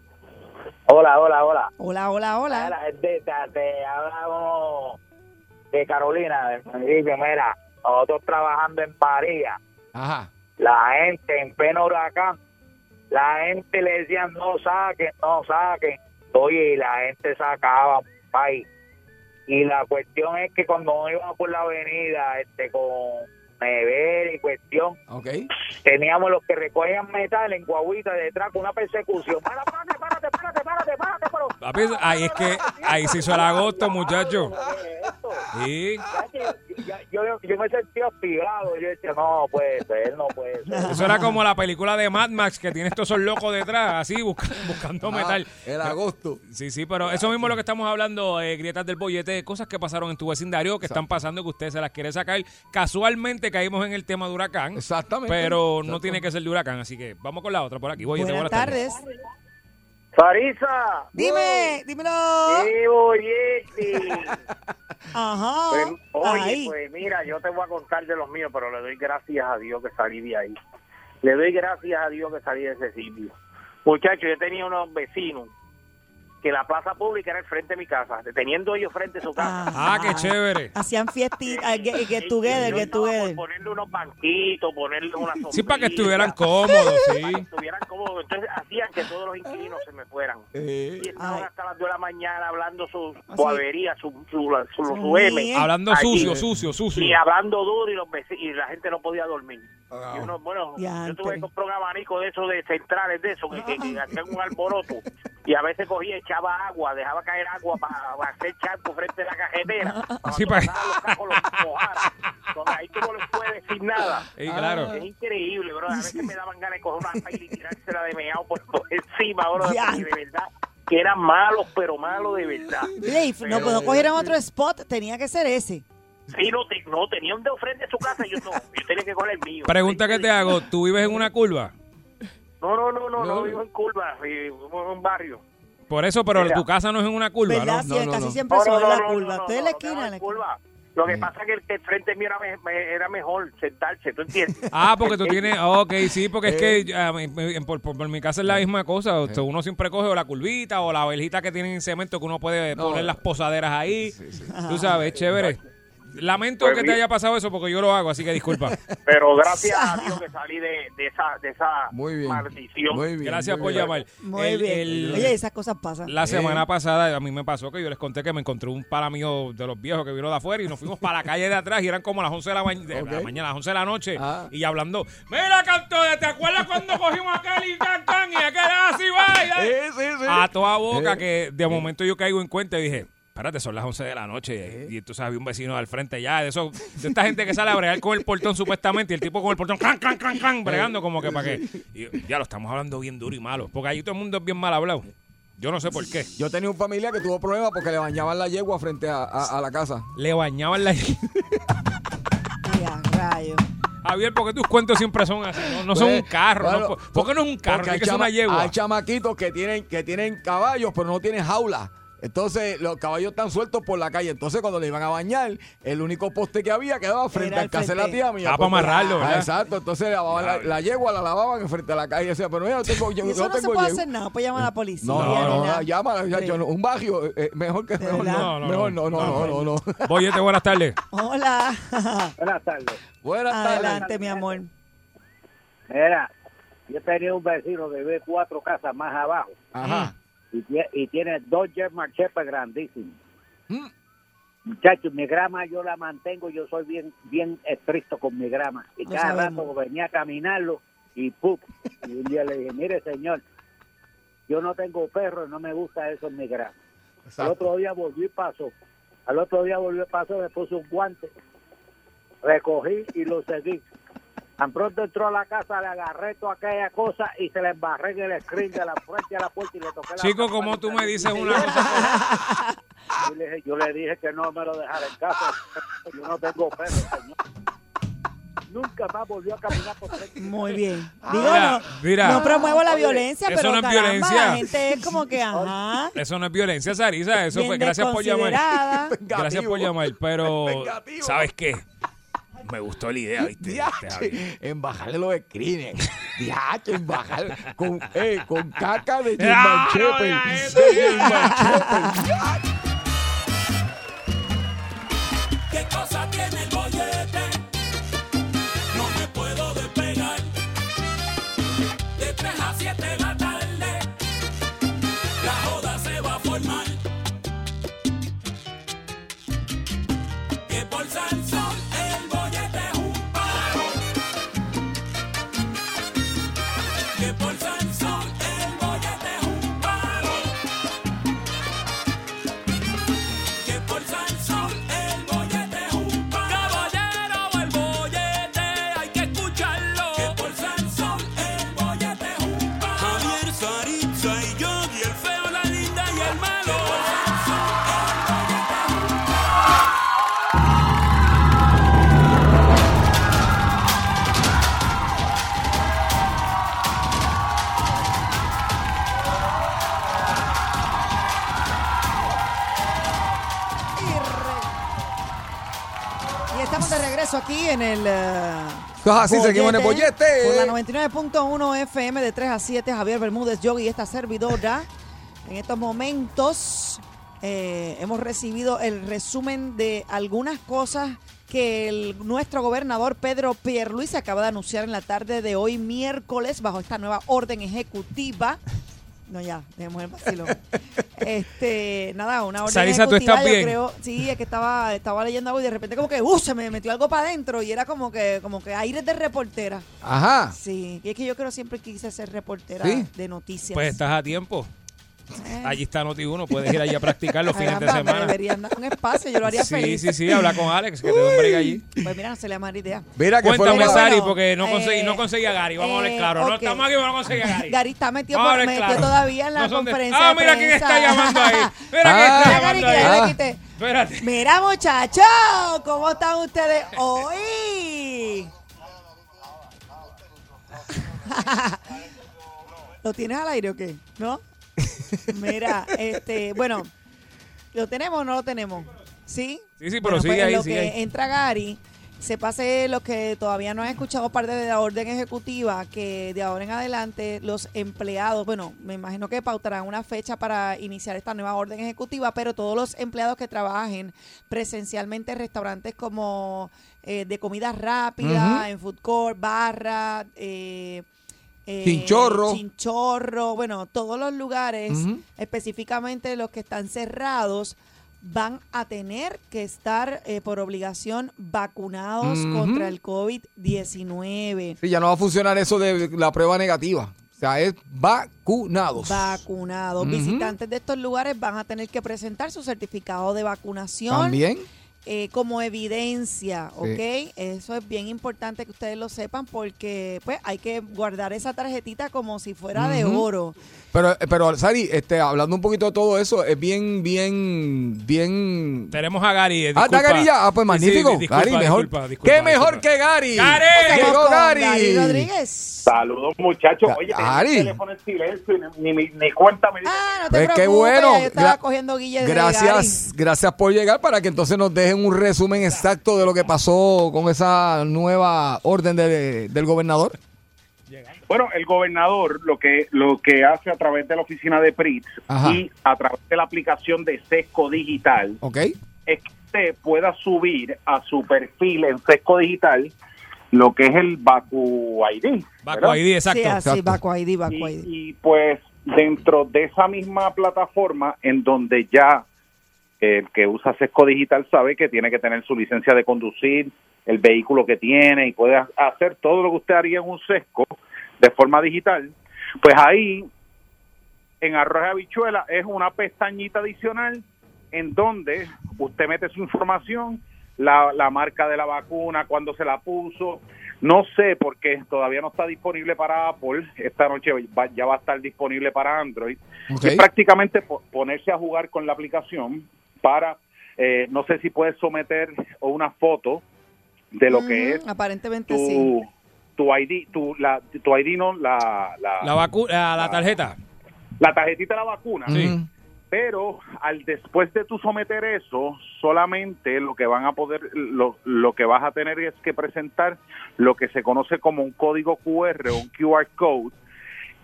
Speaker 8: Hola, hola, hola.
Speaker 5: hola, hola, hola.
Speaker 8: Mira, este, te, te hablamos de Carolina, del municipio. Mira, nosotros trabajando en Parilla,
Speaker 3: Ajá.
Speaker 8: la gente en pleno huracán, la gente le decían no saquen, no saquen. Oye, y la gente sacaba, pay. Y la cuestión es que cuando íbamos por la avenida, este, con nevera y cuestión,
Speaker 3: Ok.
Speaker 8: teníamos los que recogían metal en guaguita detrás con una persecución. Para, párate, párate, párate, párate, párate, pero-
Speaker 7: Papi, ahí es que- ahí se hizo el agosto, muchacho. Sí,
Speaker 8: Ya, Yo, yo, yo me sentí hostigado. Yo decía, no puede ser, no puede ser.
Speaker 7: eso era como la película de Mad Max que tiene estos son locos detrás, así busca- buscando
Speaker 3: Ah,
Speaker 7: metal.
Speaker 3: el agosto.
Speaker 7: Sí, sí, pero eso mismo es lo que estamos hablando, eh, grietas del bollete, cosas que pasaron en tu vecindario, que están pasando, que usted se las quiere sacar. Casualmente caímos en el tema de huracán.
Speaker 3: Exactamente.
Speaker 7: Pero no
Speaker 3: Exacto.
Speaker 7: tiene que ser de huracán, así que vamos con la otra por aquí. Bollete,
Speaker 5: Buenas tardes.
Speaker 8: Farisa,
Speaker 5: Dime, dímelo.
Speaker 8: qué bollete.
Speaker 5: Ajá.
Speaker 8: Pues, oye,
Speaker 5: Ahí.
Speaker 8: pues mira, yo te voy a contar de los míos, pero le doy gracias a Dios que salí de ahí. Le doy gracias a Dios que salí de ese sitio. Muchachos, yo tenía unos vecinos que la plaza pública era el frente de mi casa, teniendo ellos frente a su casa.
Speaker 7: Ah, qué chévere.
Speaker 5: Hacían fiestitas, get, get
Speaker 8: Y
Speaker 5: together,
Speaker 8: yo
Speaker 5: get
Speaker 8: estaba por
Speaker 5: together.
Speaker 8: Ponerle unos banquitos, ponerle una sombrilla.
Speaker 7: Sí, para que estuvieran cómodos,
Speaker 8: para que
Speaker 7: sí.
Speaker 8: estuvieran cómodos. Entonces hacían que todos los inquilinos se me fueran.
Speaker 3: Eh,
Speaker 8: Y
Speaker 5: Ay.
Speaker 8: estaban hasta las 2 de la mañana hablando sus
Speaker 5: Así.
Speaker 8: boaverías, sus su, su, su,
Speaker 5: Son
Speaker 8: M.
Speaker 5: bien.
Speaker 7: Hablando
Speaker 8: Allí.
Speaker 7: sucio, sucio, sucio.
Speaker 8: Y hablando duro y, los veci- y la gente no podía dormir.
Speaker 3: Ah.
Speaker 8: Y uno, bueno,
Speaker 5: Diantre.
Speaker 8: yo tuve que comprar un abanico de esos de centrales de esos que, que- que hacían un alboroto. Y a veces cogía, echaba agua, dejaba caer agua para hacer charco frente a la cajetera.
Speaker 7: Así
Speaker 8: para
Speaker 7: para-
Speaker 8: que los cajos los mojaran. Entonces, ahí tú no les puedes decir nada.
Speaker 7: Sí, claro.
Speaker 9: Ah.
Speaker 8: Es increíble, bro. A veces me daban ganas de coger una paila y tirársela de meao por, por encima, bro. porque de verdad, que eran malos, pero malos de verdad.
Speaker 5: Leif, no,
Speaker 8: Pero-
Speaker 5: no cogieron otro spot, tenía que ser ese.
Speaker 8: Sí, no, te- no, tenía un de frente a su casa. Yo no, yo tenía que coger el mío.
Speaker 7: Pregunta que te hago, ¿tú vives en una curva?
Speaker 8: No, no, no, no, no,
Speaker 3: No.
Speaker 8: vivo en Curva, vivo en un barrio.
Speaker 7: Por eso, pero
Speaker 8: Mira.
Speaker 7: tu casa no es en una curva,
Speaker 5: ¿Verdad?
Speaker 7: ¿no?
Speaker 5: Sí,
Speaker 3: no,
Speaker 5: casi
Speaker 3: no.
Speaker 5: siempre
Speaker 8: No, no,
Speaker 5: son en
Speaker 8: no,
Speaker 5: la
Speaker 8: no,
Speaker 5: curva.
Speaker 8: no, no,
Speaker 5: Estoy en
Speaker 8: no,
Speaker 5: la
Speaker 8: no, no,
Speaker 5: esquina. en la
Speaker 8: en Curva. Lo que pasa es que el, que el frente mío era, me- me- era mejor sentarse, ¿tú entiendes?
Speaker 7: Ah, porque tú tienes, ok, sí, porque es
Speaker 3: Eh.
Speaker 7: que ah, en- en- por, por- por mi casa es la misma cosa. O sea, Uno siempre coge o la curvita o la verjita que tienen en cemento que uno puede
Speaker 3: No.
Speaker 7: poner las posaderas ahí. Tú sabes,
Speaker 3: Eh,
Speaker 7: es chévere. Lamento
Speaker 8: Pues
Speaker 7: que te
Speaker 8: mira.
Speaker 7: haya pasado eso porque yo lo hago, así que disculpa.
Speaker 8: Pero gracias a Dios que salí de, de esa, de esa
Speaker 3: Muy bien.
Speaker 8: maldición.
Speaker 3: Muy bien.
Speaker 7: Gracias
Speaker 3: muy
Speaker 7: por
Speaker 3: bien.
Speaker 7: llamar.
Speaker 5: Muy
Speaker 7: El-
Speaker 5: bien.
Speaker 7: el-
Speaker 5: Oye, esas cosas pasan.
Speaker 7: La semana pasada a mí me pasó que yo les conté que me encontré un para mío de los viejos que vino de afuera y nos fuimos para la calle de atrás y eran como las 11 de la, ma- de la
Speaker 3: Ok.
Speaker 7: mañana, las 11 de la noche
Speaker 3: Ah.
Speaker 7: y hablando, mira Cantora, ¿te acuerdas cuando cogimos aquel y can, can, y aquel así baila?
Speaker 3: Eh, sí, sí.
Speaker 7: A toda boca
Speaker 3: Eh.
Speaker 7: que de momento yo caigo en cuenta y dije, espérate, son las 11 de la
Speaker 3: Eh.
Speaker 7: noche y, y tú sabes, había un vecino al frente ya, de eso, de esta gente que sale a bregar con el portón supuestamente y el tipo con el portón, can, can, can,
Speaker 3: Eh.
Speaker 7: can, bregando como que para qué. Y ya lo estamos hablando bien duro y malo, porque allí todo el mundo es bien mal hablado. Yo no sé por qué.
Speaker 3: Yo tenía un familia que tuvo problemas porque le bañaban la yegua frente a, a- a la casa.
Speaker 7: Le bañaban la...
Speaker 5: Ya, rayo.
Speaker 7: Javier, porque tus cuentos siempre son así? No, No son un
Speaker 3: Pues,
Speaker 7: carro.
Speaker 3: claro,
Speaker 7: no, ¿Por- ¿Por qué no es un carro?
Speaker 3: porque
Speaker 7: Tiene
Speaker 3: hay
Speaker 7: que ser una
Speaker 3: chama-
Speaker 7: yegua.
Speaker 3: Hay chamaquitos que tienen, que tienen caballos, pero no tienen jaula. Entonces, los caballos están sueltos por la calle. Entonces, cuando le iban a bañar, el único poste que había quedaba frente
Speaker 5: Era
Speaker 3: al
Speaker 5: el
Speaker 3: casa de la
Speaker 5: frente.
Speaker 3: tía mía.
Speaker 7: Ah, para amarrarlo,
Speaker 3: Ah,
Speaker 7: ¿verdad?
Speaker 3: exacto. Entonces, lavaban la, la yegua la lavaban frente a la calle. O sea, pero mira, yo tengo, yo,
Speaker 5: Y eso
Speaker 3: yo
Speaker 5: no se
Speaker 3: tengo
Speaker 5: puede
Speaker 3: yegua.
Speaker 5: hacer nada, pues llamar a la policía.
Speaker 3: No, no, no,
Speaker 5: ni nada.
Speaker 3: llámala, ya, yo no- un barrio eh, mejor que mejor
Speaker 5: ¿Verdad?
Speaker 3: no,
Speaker 7: No, no,
Speaker 3: mejor no, no, no, no, no.
Speaker 7: Boyete, buenas tardes.
Speaker 5: Hola.
Speaker 8: Buenas tardes.
Speaker 3: Buenas tardes.
Speaker 5: Adelante, mi amor.
Speaker 8: Mira, yo tenía un vecino que vive cuatro casas más abajo
Speaker 3: Ajá.
Speaker 8: y, tiene dos German Shepherd grandísimos.
Speaker 3: Mm.
Speaker 8: Muchachos, mi grama yo la mantengo, yo soy bien bien estricto con mi grama. Y
Speaker 5: Lo
Speaker 8: cada
Speaker 5: sabemos.
Speaker 8: rato venía a caminarlo y ¡pup! Y un día le dije, mire señor, yo no tengo perro, no me gusta eso en mi grama. Al
Speaker 3: Exacto.
Speaker 8: otro día volví y pasó. Al otro día volví y pasó, me puse un guante, recogí y lo seguí. Tan pronto entró a la casa, le agarré toda aquella cosa y se le embarré en el screen de la frente a la puerta y le toqué la
Speaker 7: Chico,
Speaker 8: campana
Speaker 7: como
Speaker 8: y
Speaker 7: tú
Speaker 8: se
Speaker 7: me
Speaker 8: le-
Speaker 7: dices una cosa.
Speaker 9: Yo le, dije- yo le dije que no me lo dejara en casa. Yo no tengo perro, señor. Nunca más volvió a caminar por tres
Speaker 5: Muy bien. Digo,
Speaker 7: Ah, Mira,
Speaker 5: no,
Speaker 7: mira.
Speaker 5: no promuevo la violencia,
Speaker 7: Eso
Speaker 5: pero
Speaker 7: no es
Speaker 5: caramba,
Speaker 7: violencia.
Speaker 5: la gente es como que, ajá,
Speaker 7: Eso no es violencia, Sarisa. Eso
Speaker 5: bien
Speaker 7: fue. Gracias por llamar.
Speaker 5: desconsiderada.
Speaker 7: Gracias por llamar, pero. ¿Sabes qué? Me gustó la idea, ¿viste? Este, Javier.
Speaker 3: Diache, en bajarle los screens. Diache, en bajar con, eh, con caca de
Speaker 7: Ah,
Speaker 3: Germán
Speaker 7: no,
Speaker 3: Chepe.
Speaker 7: ya, eso,
Speaker 3: De
Speaker 7: Germán
Speaker 3: Germán Chepe. Diache.
Speaker 2: ¿Qué cosa tiene el bollete? No me puedo despegar. De 3 a 7 de la tarde, la joda se va a formar. Que por Sansón el bollete es un paro. Que por Sansón el bollete es un paro. Que por Sansón el bollete es un pan. Caballero, el bollete hay que escucharlo. Que por Sansón el bollete es un pan. Javier, Saritza y yo. Y el feo, la linda y el malo. Que por Sansón el bollete es un
Speaker 5: Y estamos de regreso aquí en el. eh,
Speaker 3: Eso es así, Ah, seguimos en el bollete.
Speaker 5: Por la 99.1 FM de 3 a 7, Javier Bermúdez, yo y esta servidora. en estos momentos eh, hemos recibido el resumen de algunas cosas que el- nuestro gobernador Pedro Pierluisi acaba de anunciar en la tarde de hoy, miércoles, bajo esta nueva orden ejecutiva. No, ya, dejemos el vacilón. Este, nada, una orden
Speaker 7: Sarisa, ¿tú
Speaker 5: ejecutiva,
Speaker 7: estás
Speaker 5: yo
Speaker 7: bien?
Speaker 5: creo- Sí, es que estaba, estaba leyendo algo y de repente como que, uh, se me metió algo para adentro y era como que, como que aires de reportera.
Speaker 3: Ajá.
Speaker 5: Sí, y es que yo creo siempre quise ser reportera
Speaker 3: Sí.
Speaker 5: de noticias.
Speaker 7: Pues estás a tiempo.
Speaker 5: Eh,
Speaker 7: Allí está Noti1, puedes ir allí a practicar los fines de
Speaker 5: caramba, me
Speaker 7: semana.
Speaker 5: deberían dar un espacio, yo lo haría
Speaker 7: Sí,
Speaker 5: feliz.
Speaker 7: sí, sí, habla con Alex, que te dé un break allí.
Speaker 5: Pues mira, no se le da mala idea.
Speaker 3: Mira que fue lo
Speaker 7: Cuéntame,
Speaker 5: Pero
Speaker 3: más-
Speaker 7: Sari,
Speaker 5: bueno,
Speaker 7: porque no conseguí,
Speaker 5: eh,
Speaker 7: no conseguí a Gary. Vamos a hablar
Speaker 5: eh,
Speaker 7: claro. No
Speaker 5: ok.
Speaker 7: estamos aquí, vamos a conseguir a Gary.
Speaker 5: Gary está metido,
Speaker 7: Vamos a
Speaker 5: por-
Speaker 7: hablar
Speaker 5: metido
Speaker 7: claro.
Speaker 5: todavía en la
Speaker 7: No son de-
Speaker 5: conferencia
Speaker 7: Ah,
Speaker 5: de
Speaker 7: mira quién
Speaker 5: prensa.
Speaker 7: está llamando ahí. Mira quién
Speaker 3: Ah.
Speaker 7: está
Speaker 5: Mira, Gary,
Speaker 7: llamando
Speaker 5: que ya
Speaker 7: ahí.
Speaker 5: le
Speaker 3: Ah.
Speaker 5: quité.
Speaker 7: Espérate.
Speaker 5: Mira, muchachos, ¿cómo están ustedes hoy? ¿Lo tienes al aire o qué? ¿No? Mira, este, bueno, ¿lo tenemos o no lo tenemos? ¿Sí?
Speaker 7: Sí, sí, pero
Speaker 5: Bueno,
Speaker 7: sigue
Speaker 5: pues en
Speaker 7: ahí,
Speaker 5: lo
Speaker 7: sigue
Speaker 5: que
Speaker 7: ahí.
Speaker 5: entra Gary, se pase los que todavía no han escuchado parte de la orden ejecutiva, que de ahora en adelante los empleados, bueno, me imagino que pautarán una fecha para iniciar esta nueva orden ejecutiva, pero todos los empleados que trabajen presencialmente en restaurantes como eh, de comida rápida, en food court, barra, eh, eh,
Speaker 3: Chinchorro.
Speaker 5: Chinchorro, bueno, todos los lugares,
Speaker 3: Ujú.
Speaker 5: específicamente los que están cerrados, van a tener que estar eh, por obligación vacunados
Speaker 3: Ujú.
Speaker 5: contra el COVID-19.
Speaker 3: Sí, ya no va a funcionar eso de la prueba negativa. O sea, es vacunados.
Speaker 5: Vacunados.
Speaker 3: Ujú.
Speaker 5: Visitantes de estos lugares van a tener que presentar su certificado de vacunación.
Speaker 3: También.
Speaker 5: eh, como evidencia,
Speaker 3: Sí.
Speaker 5: ¿ok? Eso es bien importante que ustedes lo sepan porque pues hay que guardar esa tarjetita como si fuera de
Speaker 3: Ujú.
Speaker 5: oro.
Speaker 3: Pero, pero Sari, este, hablando un poquito de todo eso, es bien, bien, bien...
Speaker 7: Tenemos a Gary. eh,
Speaker 3: Ah,
Speaker 7: disculpa.
Speaker 3: está Gary ya. Ah, pues
Speaker 7: Sí,
Speaker 3: magnífico.
Speaker 7: sí, disculpa,
Speaker 3: Gary, mejor.
Speaker 7: disculpa, disculpa,
Speaker 3: ¿Qué mejor
Speaker 7: disculpa.
Speaker 3: que Gary?
Speaker 7: ¡Gary!
Speaker 5: Estamos
Speaker 3: Llegó
Speaker 5: con
Speaker 3: Gary.
Speaker 5: Gary Rodríguez.
Speaker 9: Saludos, muchachos. Oye, tenía
Speaker 3: Ari.
Speaker 9: el teléfono en silencio y ni, ni, ni cuenta me di.
Speaker 5: Ah, no
Speaker 3: Pues
Speaker 5: te preocupes.
Speaker 3: qué bueno.
Speaker 5: Yo estaba
Speaker 3: Gra-
Speaker 5: cogiendo guille de
Speaker 3: gracias,
Speaker 5: Gary.
Speaker 3: gracias por llegar para que entonces nos dejen un resumen exacto de lo que pasó con esa nueva orden de- del gobernador.
Speaker 9: Bueno, el gobernador lo que lo que hace a través de la oficina de PRITS
Speaker 3: Ajá.
Speaker 9: y a través de la aplicación de Sesco Digital
Speaker 3: ¿Ok?
Speaker 9: es que usted pueda subir a su perfil en Sesco Digital lo que es el Baku ID.
Speaker 7: Baco
Speaker 9: ¿verdad?
Speaker 7: ID,
Speaker 5: Sí,
Speaker 7: exacto.
Speaker 5: así,
Speaker 3: exacto.
Speaker 5: Baco ID, Baco ID.
Speaker 9: Y, y, pues dentro de esa misma plataforma en donde ya el que usa Sesco Digital sabe que tiene que tener su licencia de conducir, el vehículo que tiene y puede hacer todo lo que usted haría en un Sesco de forma digital, pues ahí en Arroz de Habichuela es una pestañita adicional en donde usted mete su información, la, la marca de la vacuna, cuándo se la puso. No sé porque todavía no está disponible para Apple. Esta noche va- ya va a estar disponible para Android.
Speaker 3: ok.
Speaker 9: Es prácticamente po- ponerse a jugar con la aplicación para, eh, no sé si puedes someter una foto de lo que es
Speaker 5: Ujú, Mm, Aparentemente sí.
Speaker 9: tu, tu ID, tu, la, tu ID no, la, la,
Speaker 7: La, vacu- la, la tarjeta.
Speaker 9: la tarjetita de la vacuna.
Speaker 7: Sí.
Speaker 3: Ujú.
Speaker 9: Pero al después de tú someter eso, solamente lo que van a poder, lo, lo que vas a tener es que presentar lo que se conoce como un código QR, un QR code,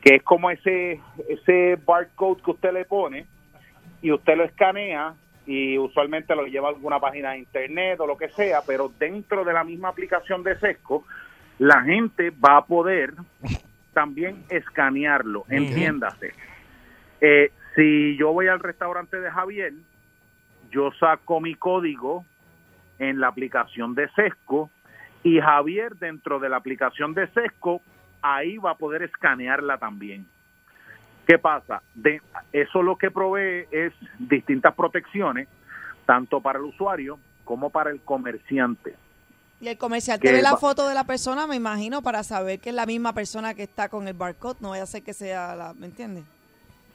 Speaker 9: que es como ese ese barcode que usted le pone y usted lo escanea y usualmente lo lleva a alguna página de internet o lo que sea, pero dentro de la misma aplicación de Sesco, la gente va a poder también escanearlo, entiéndase. Eh, si yo voy al restaurante de Javier, yo saco mi código en la aplicación de Sesco y Javier dentro de la aplicación de Sesco, ahí va a poder escanearla también. ¿Qué pasa? De, eso lo que provee es distintas protecciones, tanto para el usuario como para el comerciante.
Speaker 5: Y el comercial
Speaker 9: que
Speaker 5: te ve la
Speaker 9: va-
Speaker 5: foto de la persona, me imagino, para saber que es la misma persona que está con el barcode. No vaya a ser que sea la. ¿Me entiendes?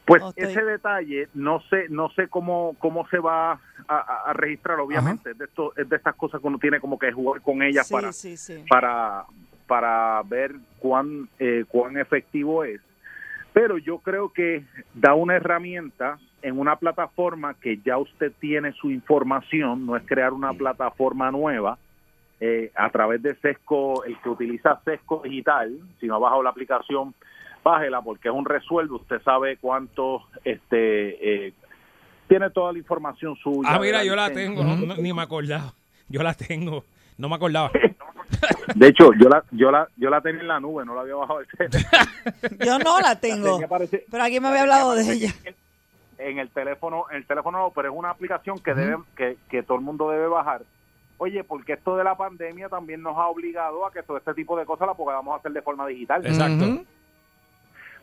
Speaker 9: Pues
Speaker 5: No estoy-
Speaker 9: ese detalle no sé no sé cómo cómo se va a, a- a registrar obviamente es de esto es de estas cosas que uno tiene como que jugar con ellas
Speaker 5: sí,
Speaker 9: para
Speaker 5: sí, sí.
Speaker 9: para para ver cuán eh, cuán efectivo es pero yo creo que da una herramienta en una plataforma que ya usted tiene su información no es crear una plataforma nueva eh, a través de Sesco el que utiliza Sesco digital si no ha bajado la aplicación bájela porque es un resuelve usted sabe cuánto este eh, tiene toda la información suya
Speaker 7: Ah,
Speaker 9: de
Speaker 7: mira, yo la
Speaker 9: licencia.
Speaker 7: tengo. no- no- ni me acordaba. Yo la tengo. No me acordaba.
Speaker 9: de hecho yo la yo la yo la tenía en la nube no la había bajado el teléfono
Speaker 5: Yo no la tengo.
Speaker 9: Tenía parece-
Speaker 5: Pero alguien me había hablado de ella.
Speaker 9: en el teléfono, en el teléfono no, pero es una aplicación que debe, que, que todo el mundo debe bajar. Oye, porque esto de la pandemia también nos ha obligado a que todo este tipo de cosas la podamos hacer de forma digital.
Speaker 7: Exacto.
Speaker 3: Ujú.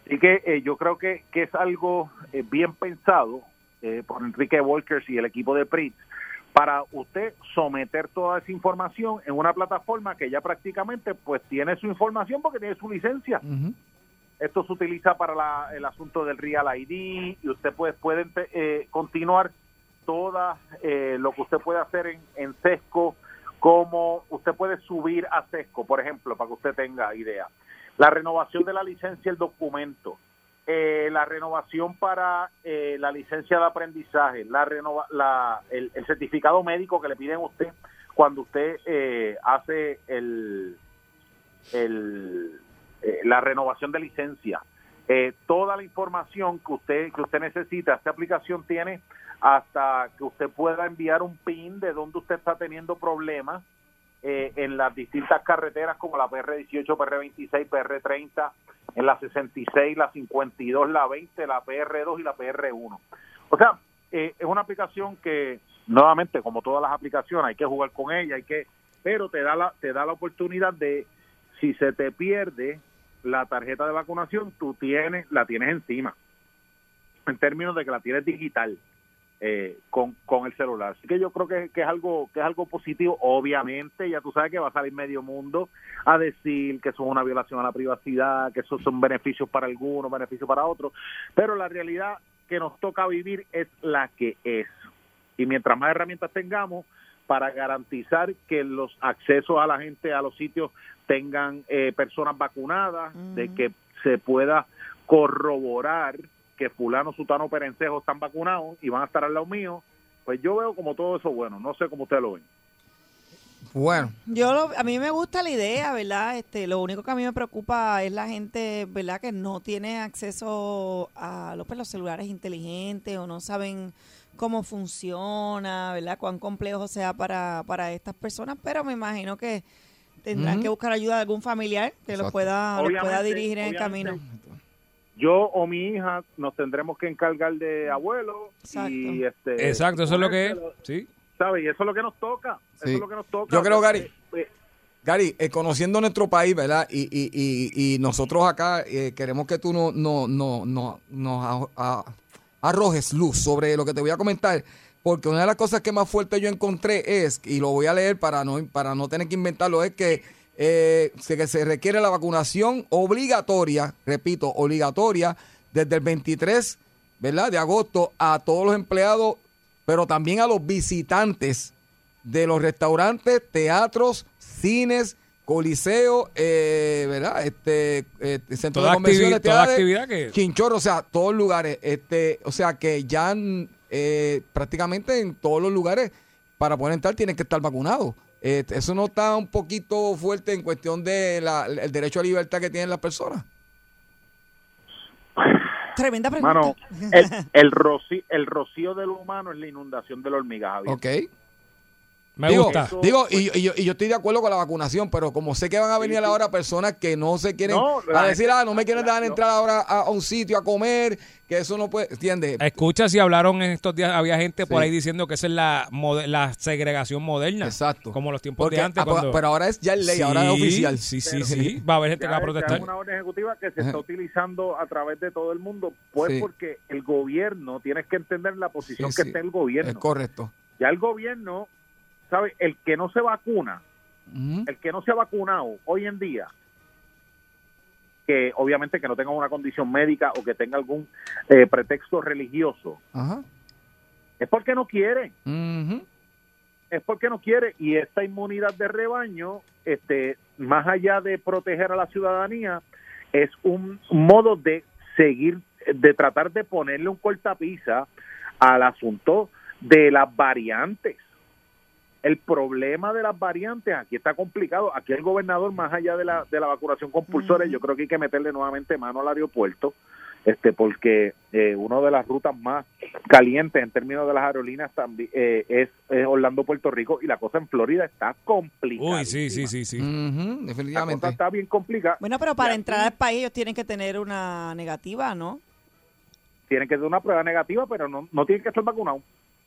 Speaker 9: Así que eh, yo creo que, que es algo eh, bien pensado eh, por Enrique Walkers y el equipo de PRIT para usted someter toda esa información en una plataforma que ya prácticamente pues tiene su información porque tiene su licencia.
Speaker 3: Ujú.
Speaker 9: Esto se utiliza para la- el asunto del Real ID y usted pues, puede eh, continuar todo lo que usted puede hacer en, en Sesco, como usted puede subir a Sesco, por ejemplo, para que usted tenga idea. La renovación de la licencia, el documento. eh, la renovación para eh, la licencia de aprendizaje, la renova- la- el, el certificado médico que le piden a usted cuando usted eh, hace el, el, eh, la renovación de licencia. Eh, toda la información que usted que usted necesita, esta aplicación tiene hasta que usted pueda enviar un PIN de donde usted está teniendo problemas eh, en las distintas carreteras como la PR18, PR26, PR30, en la 66, la 52, la 20, la PR2 y la PR1. O sea, eh, es una aplicación que, nuevamente, como todas las aplicaciones, hay que jugar con ella, hay que, pero te da la, te da la oportunidad de, si se te pierde la tarjeta de vacunación, tú tienes, la tienes encima, en términos de que la tienes digital eh, con, con el celular. Así que yo creo que, que es algo que es algo positivo, obviamente, ya tú sabes que va a salir medio mundo a decir que eso es una violación a la privacidad, que esos son beneficios para algunos, beneficios para otros, pero la realidad que nos toca vivir es la que es. Y mientras más herramientas tengamos para garantizar que los accesos a la gente a los sitios tengan eh, personas vacunadas, de que se pueda corroborar que fulano, sutano, perencejo están vacunados y van a estar al lado mío, pues yo veo como todo eso bueno. No sé cómo ustedes lo ven.
Speaker 3: Bueno,
Speaker 5: Yo lo- a mí me gusta la idea, ¿verdad? Este, lo único que a mí me preocupa es la gente, ¿verdad? Que no tiene acceso a los, pues, los celulares inteligentes o no saben cómo funciona, ¿verdad? Cuán complejo sea para, para estas personas, pero me imagino que tendrán que buscar ayuda de algún familiar que
Speaker 3: Exacto.
Speaker 5: los Ah, pueda, los pueda
Speaker 9: Obviamente,
Speaker 5: dirigir en el
Speaker 9: obviamente,
Speaker 5: camino.
Speaker 9: Yo o mi hija nos tendremos que encargar de abuelo y este
Speaker 7: Exacto, eso es lo que es.
Speaker 9: ponérselo,
Speaker 7: Sí.
Speaker 9: ¿Sabes? Y eso es lo que nos toca.
Speaker 3: Sí.
Speaker 9: Eso es lo que nos toca.
Speaker 3: Yo creo, Gary,
Speaker 9: Eh, eh,
Speaker 3: Gary, eh, conociendo nuestro país, ¿verdad? Y, y- y- y nosotros acá eh, queremos que tú no, no, no, no- nos a- a- arrojes luz sobre lo que te voy a comentar, porque una de las cosas que más fuerte yo encontré es, y lo voy a leer para no, para no tener que inventarlo, es que, eh, se, que se requiere la vacunación obligatoria, repito, obligatoria, desde el 23 ¿verdad? de agosto a todos los empleados pero también a los visitantes de los restaurantes, teatros, cines, coliseo, eh, ¿verdad? Este, eh, centro
Speaker 7: Toda
Speaker 3: de convenciones,
Speaker 7: activi- toda
Speaker 3: teatros,
Speaker 7: actividad que-
Speaker 3: chinchorro, o sea, todos lugares, este, o sea que ya eh, prácticamente en todos los lugares para poder entrar tienen que estar vacunados. Eh, eso no está un poquito fuerte en cuestión de la- el derecho a libertad que tienen las personas.
Speaker 5: Tremenda pregunta.
Speaker 9: Mano, el, el, roci- el rocío del humano es la inundación de la hormiga, Javier.
Speaker 3: Ok.
Speaker 7: Me
Speaker 3: digo,
Speaker 7: gusta.
Speaker 9: eso-
Speaker 3: digo, y, y yo, y yo estoy de acuerdo con la vacunación, pero como sé que van a venir a la hora personas que no se quieren
Speaker 9: No, la
Speaker 3: a decir,
Speaker 9: gente-
Speaker 3: ah, no me quieren
Speaker 9: la-
Speaker 3: dar
Speaker 9: no.
Speaker 3: entrar ahora a, a un sitio a comer, que eso no puede, ¿entiendes?
Speaker 7: Escucha si hablaron en estos días, había gente por
Speaker 3: Sí.
Speaker 7: ahí diciendo que esa es la, mode- la segregación moderna.
Speaker 3: Exacto.
Speaker 7: Como los tiempos
Speaker 3: Porque-
Speaker 7: de antes.
Speaker 3: ah, pero-
Speaker 7: cuando-
Speaker 3: Pero ahora es ya ley, ahora es
Speaker 7: Sí,
Speaker 3: oficial.
Speaker 7: Sí, sí, sí. Va a haber gente que va a
Speaker 9: Ya es- ya
Speaker 7: protestar.
Speaker 9: es una orden ejecutiva que se está utilizando a través de todo el mundo, pues
Speaker 3: Sí.
Speaker 9: porque el gobierno, tienes que entender la posición
Speaker 3: Sí,
Speaker 9: que
Speaker 3: sí.
Speaker 9: está el
Speaker 3: Es
Speaker 9: gobierno.
Speaker 3: correcto.
Speaker 9: Ya el gobierno, ¿sabe? El que no se vacuna,
Speaker 3: Ujú.
Speaker 9: el que no se ha vacunado hoy en día, que obviamente que no tenga una condición médica o que tenga algún eh, pretexto religioso,
Speaker 3: Ajá.
Speaker 9: es porque no quiere,
Speaker 3: Ujú.
Speaker 9: es porque no quiere y esta inmunidad de rebaño, este, más allá de proteger a la ciudadanía, es un modo de seguir, de tratar de ponerle un cortapisa al asunto de las variantes. El problema de las variantes aquí está complicado. Aquí el gobernador, más allá de la, de la vacunación compulsoria, yo creo que hay que meterle nuevamente mano al aeropuerto, este, porque eh, una de las rutas más calientes en términos de las aerolíneas también, eh, es, es Orlando, Puerto Rico, y la cosa en Florida está complicada.
Speaker 7: Uy, sí, sí, sí,
Speaker 3: Mm,
Speaker 7: sí.
Speaker 3: Ujú,
Speaker 9: La cosa
Speaker 3: Definitivamente.
Speaker 9: está bien complicada.
Speaker 5: Bueno, pero para
Speaker 9: Y aquí
Speaker 5: entrar al país ellos tienen que tener una negativa, ¿no?
Speaker 9: tienen que hacer una prueba negativa, pero no, no tienen que estar vacunados.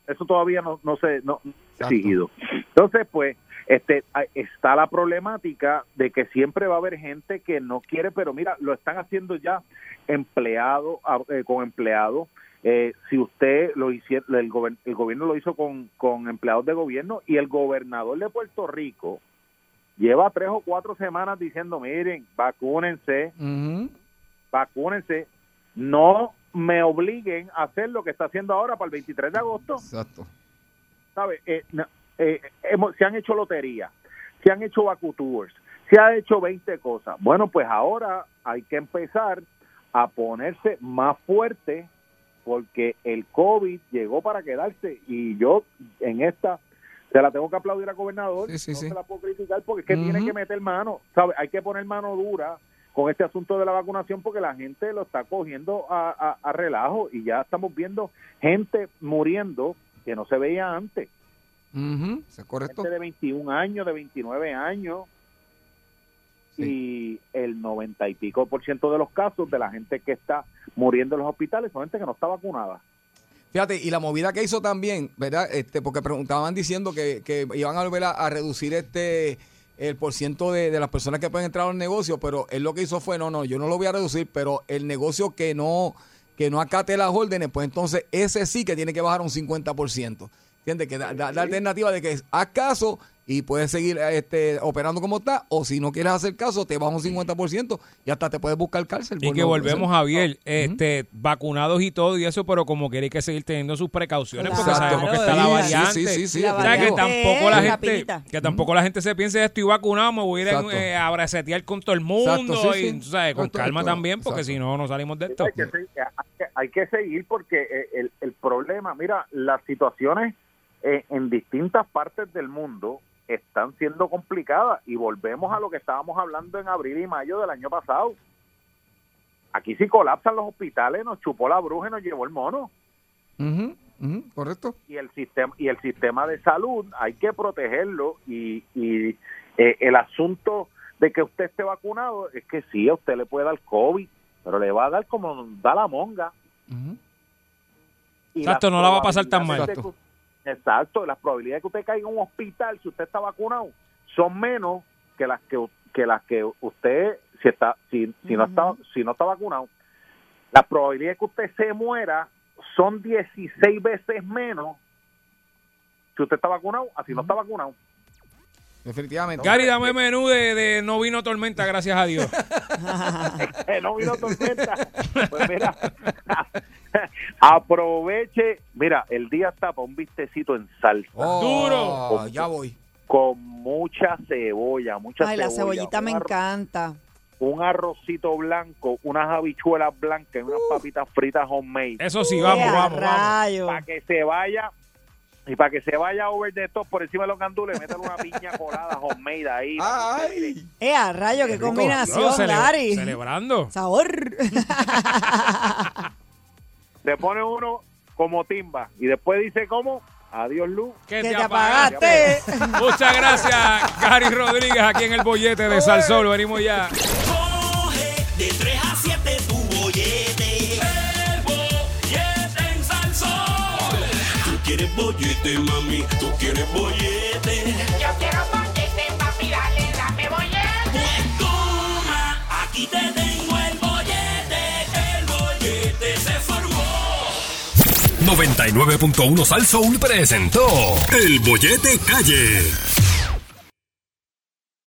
Speaker 9: Eso todavía no, no se no no se ha
Speaker 3: Exacto.
Speaker 9: exigido. Entonces, pues, este a- está la problemática de que siempre va a haber gente que no quiere, pero mira, lo están haciendo ya empleado a- eh, con empleado. Eh, si usted lo hiciera, el, gober- el gobierno lo hizo con, con empleados de gobierno y el gobernador de Puerto Rico lleva tres o cuatro semanas diciendo, miren, vacúnense,
Speaker 3: Ujú.
Speaker 9: vacúnense, no me obliguen a hacer lo que está haciendo ahora para el 23 de agosto,
Speaker 3: Exacto.
Speaker 9: ¿sabe? Eh, no, eh, hemos- se han hecho loterías, se han hecho vacutours, se han hecho 20 cosas. Bueno, pues ahora hay que empezar a ponerse más fuerte porque el COVID llegó para quedarse y yo en esta se la tengo que aplaudir al gobernador,
Speaker 3: Sí, sí,
Speaker 9: no
Speaker 3: sí.
Speaker 9: se la puedo criticar porque es que
Speaker 3: Ujú.
Speaker 9: tiene que meter mano, ¿sabe? Hay que poner mano dura con este asunto de la vacunación porque la gente lo está cogiendo a, a- a relajo y ya estamos viendo gente muriendo que no se veía antes,
Speaker 3: Ujú, ¿Es correcto?
Speaker 9: gente de 21 años, de 29 años y el 90 y pico por ciento de los casos de la gente que está muriendo en los hospitales son gente que no está vacunada.
Speaker 3: Fíjate, y la movida que hizo también, ¿verdad? Este, porque preguntaban diciendo que, que iban a volver a, a reducir este el porciento de, de las personas que pueden entrar al negocio, pero él lo que hizo fue, no, no, yo no lo voy a reducir, pero el negocio que no que no acate las órdenes, pues entonces ese sí que tiene que bajar un 50%. ¿Entiendes? Que da, da- la alternativa de que haz caso y puedes seguir eh, este, operando como está, o si no quieres hacer caso, te bajas un 50% y hasta te puedes buscar cárcel.
Speaker 7: Y
Speaker 3: por
Speaker 7: que
Speaker 3: no-
Speaker 7: volvemos, Javier, este, vacunados y todo y eso, pero como quiere hay que seguir teniendo sus precauciones porque
Speaker 5: Claro.
Speaker 7: sabemos que está la
Speaker 5: Sí,
Speaker 7: variante.
Speaker 3: sí, sí, sí,
Speaker 5: La
Speaker 7: O sea, que
Speaker 5: variante
Speaker 7: tampoco la
Speaker 5: es
Speaker 7: gente,
Speaker 5: rapidita.
Speaker 7: que tampoco la gente se piense estoy vacunado, me voy a ir
Speaker 3: Exacto.
Speaker 7: eh, a abracetear con todo el mundo
Speaker 3: Exacto, sí,
Speaker 7: y
Speaker 3: sí.
Speaker 7: tú sabes, con
Speaker 3: Exacto,
Speaker 7: calma
Speaker 3: exacto,
Speaker 7: también, porque
Speaker 3: exacto.
Speaker 7: si no no salimos de esto.
Speaker 9: Hay que, seguir, hay que- hay que seguir porque eh, el, el problema, mira, las situaciones eh, en distintas partes del mundo están siendo complicadas y volvemos a lo que estábamos hablando en abril y mayo del año pasado. Aquí si colapsan los hospitales, nos chupó la bruja y nos llevó el mono.
Speaker 3: Ujú, ujú, ¿Correcto?
Speaker 9: Y el sistema, y el sistema de salud hay que protegerlo y, y, eh, el asunto de que usted esté vacunado es que sí, a usted le puede dar COVID, pero le va a dar como nos da la monga.
Speaker 3: Ujú.
Speaker 9: Y
Speaker 7: Exacto,
Speaker 9: las
Speaker 7: no la va a pasar tan
Speaker 9: probabilidades de
Speaker 3: mal.
Speaker 9: que- exacto, las probabilidades de que usted caiga en un hospital si usted está vacunado son menos que las que, que las que usted si está si, si no está si no está vacunado. Las probabilidades de que usted se muera son 16 veces menos si usted está vacunado, así no está vacunado.
Speaker 3: Definitivamente.
Speaker 7: Gary, dame menú de, de no vino tormenta, gracias a Dios.
Speaker 9: Eh, no vino tormenta. Pues mira, Aproveche, mira, el día está para un vistecito en salsa.
Speaker 3: Oh,
Speaker 9: Con-
Speaker 3: Ya voy.
Speaker 9: Con mucha cebolla, mucha
Speaker 5: Ay,
Speaker 9: cebolla.
Speaker 5: la cebollita
Speaker 9: un
Speaker 5: me
Speaker 9: arro-
Speaker 5: encanta.
Speaker 9: Un arrocito blanco, unas habichuelas blancas y unas
Speaker 5: Uh.
Speaker 9: papitas fritas homemade.
Speaker 7: Eso sí, vamos,
Speaker 5: ¡Ea,
Speaker 7: vamos, vamos.
Speaker 5: rayo!
Speaker 9: Para que se vaya y para que se vaya over the top por encima de los gandules, métale una piña colada homemade ahí.
Speaker 3: Ah. Ay.
Speaker 5: ¡Ea, Eh, rayo! ¡Qué
Speaker 3: rico.
Speaker 7: Yo,
Speaker 5: combinación,
Speaker 7: cele-
Speaker 5: Dari!
Speaker 7: Celebrando.
Speaker 5: ¡Sabor!
Speaker 9: Le pone uno como timba y después dice como adiós luz.
Speaker 7: Que
Speaker 5: ¡Que te apagaste!
Speaker 7: Muchas gracias, Gary Rodríguez, aquí en el bollete de Salsol. Venimos ya.
Speaker 2: Coge de 3 a 7 tu bollete. El bollete en Salsón. Tú quieres bollete, mami. Tú quieres bollete.
Speaker 10: Yo quiero bollete, papi, dale, dame bollete.
Speaker 2: Pues toma, aquí te tengo el bollete. El bollete se formó.
Speaker 11: 99.1 Sal Soul presentó El Bollete Calle.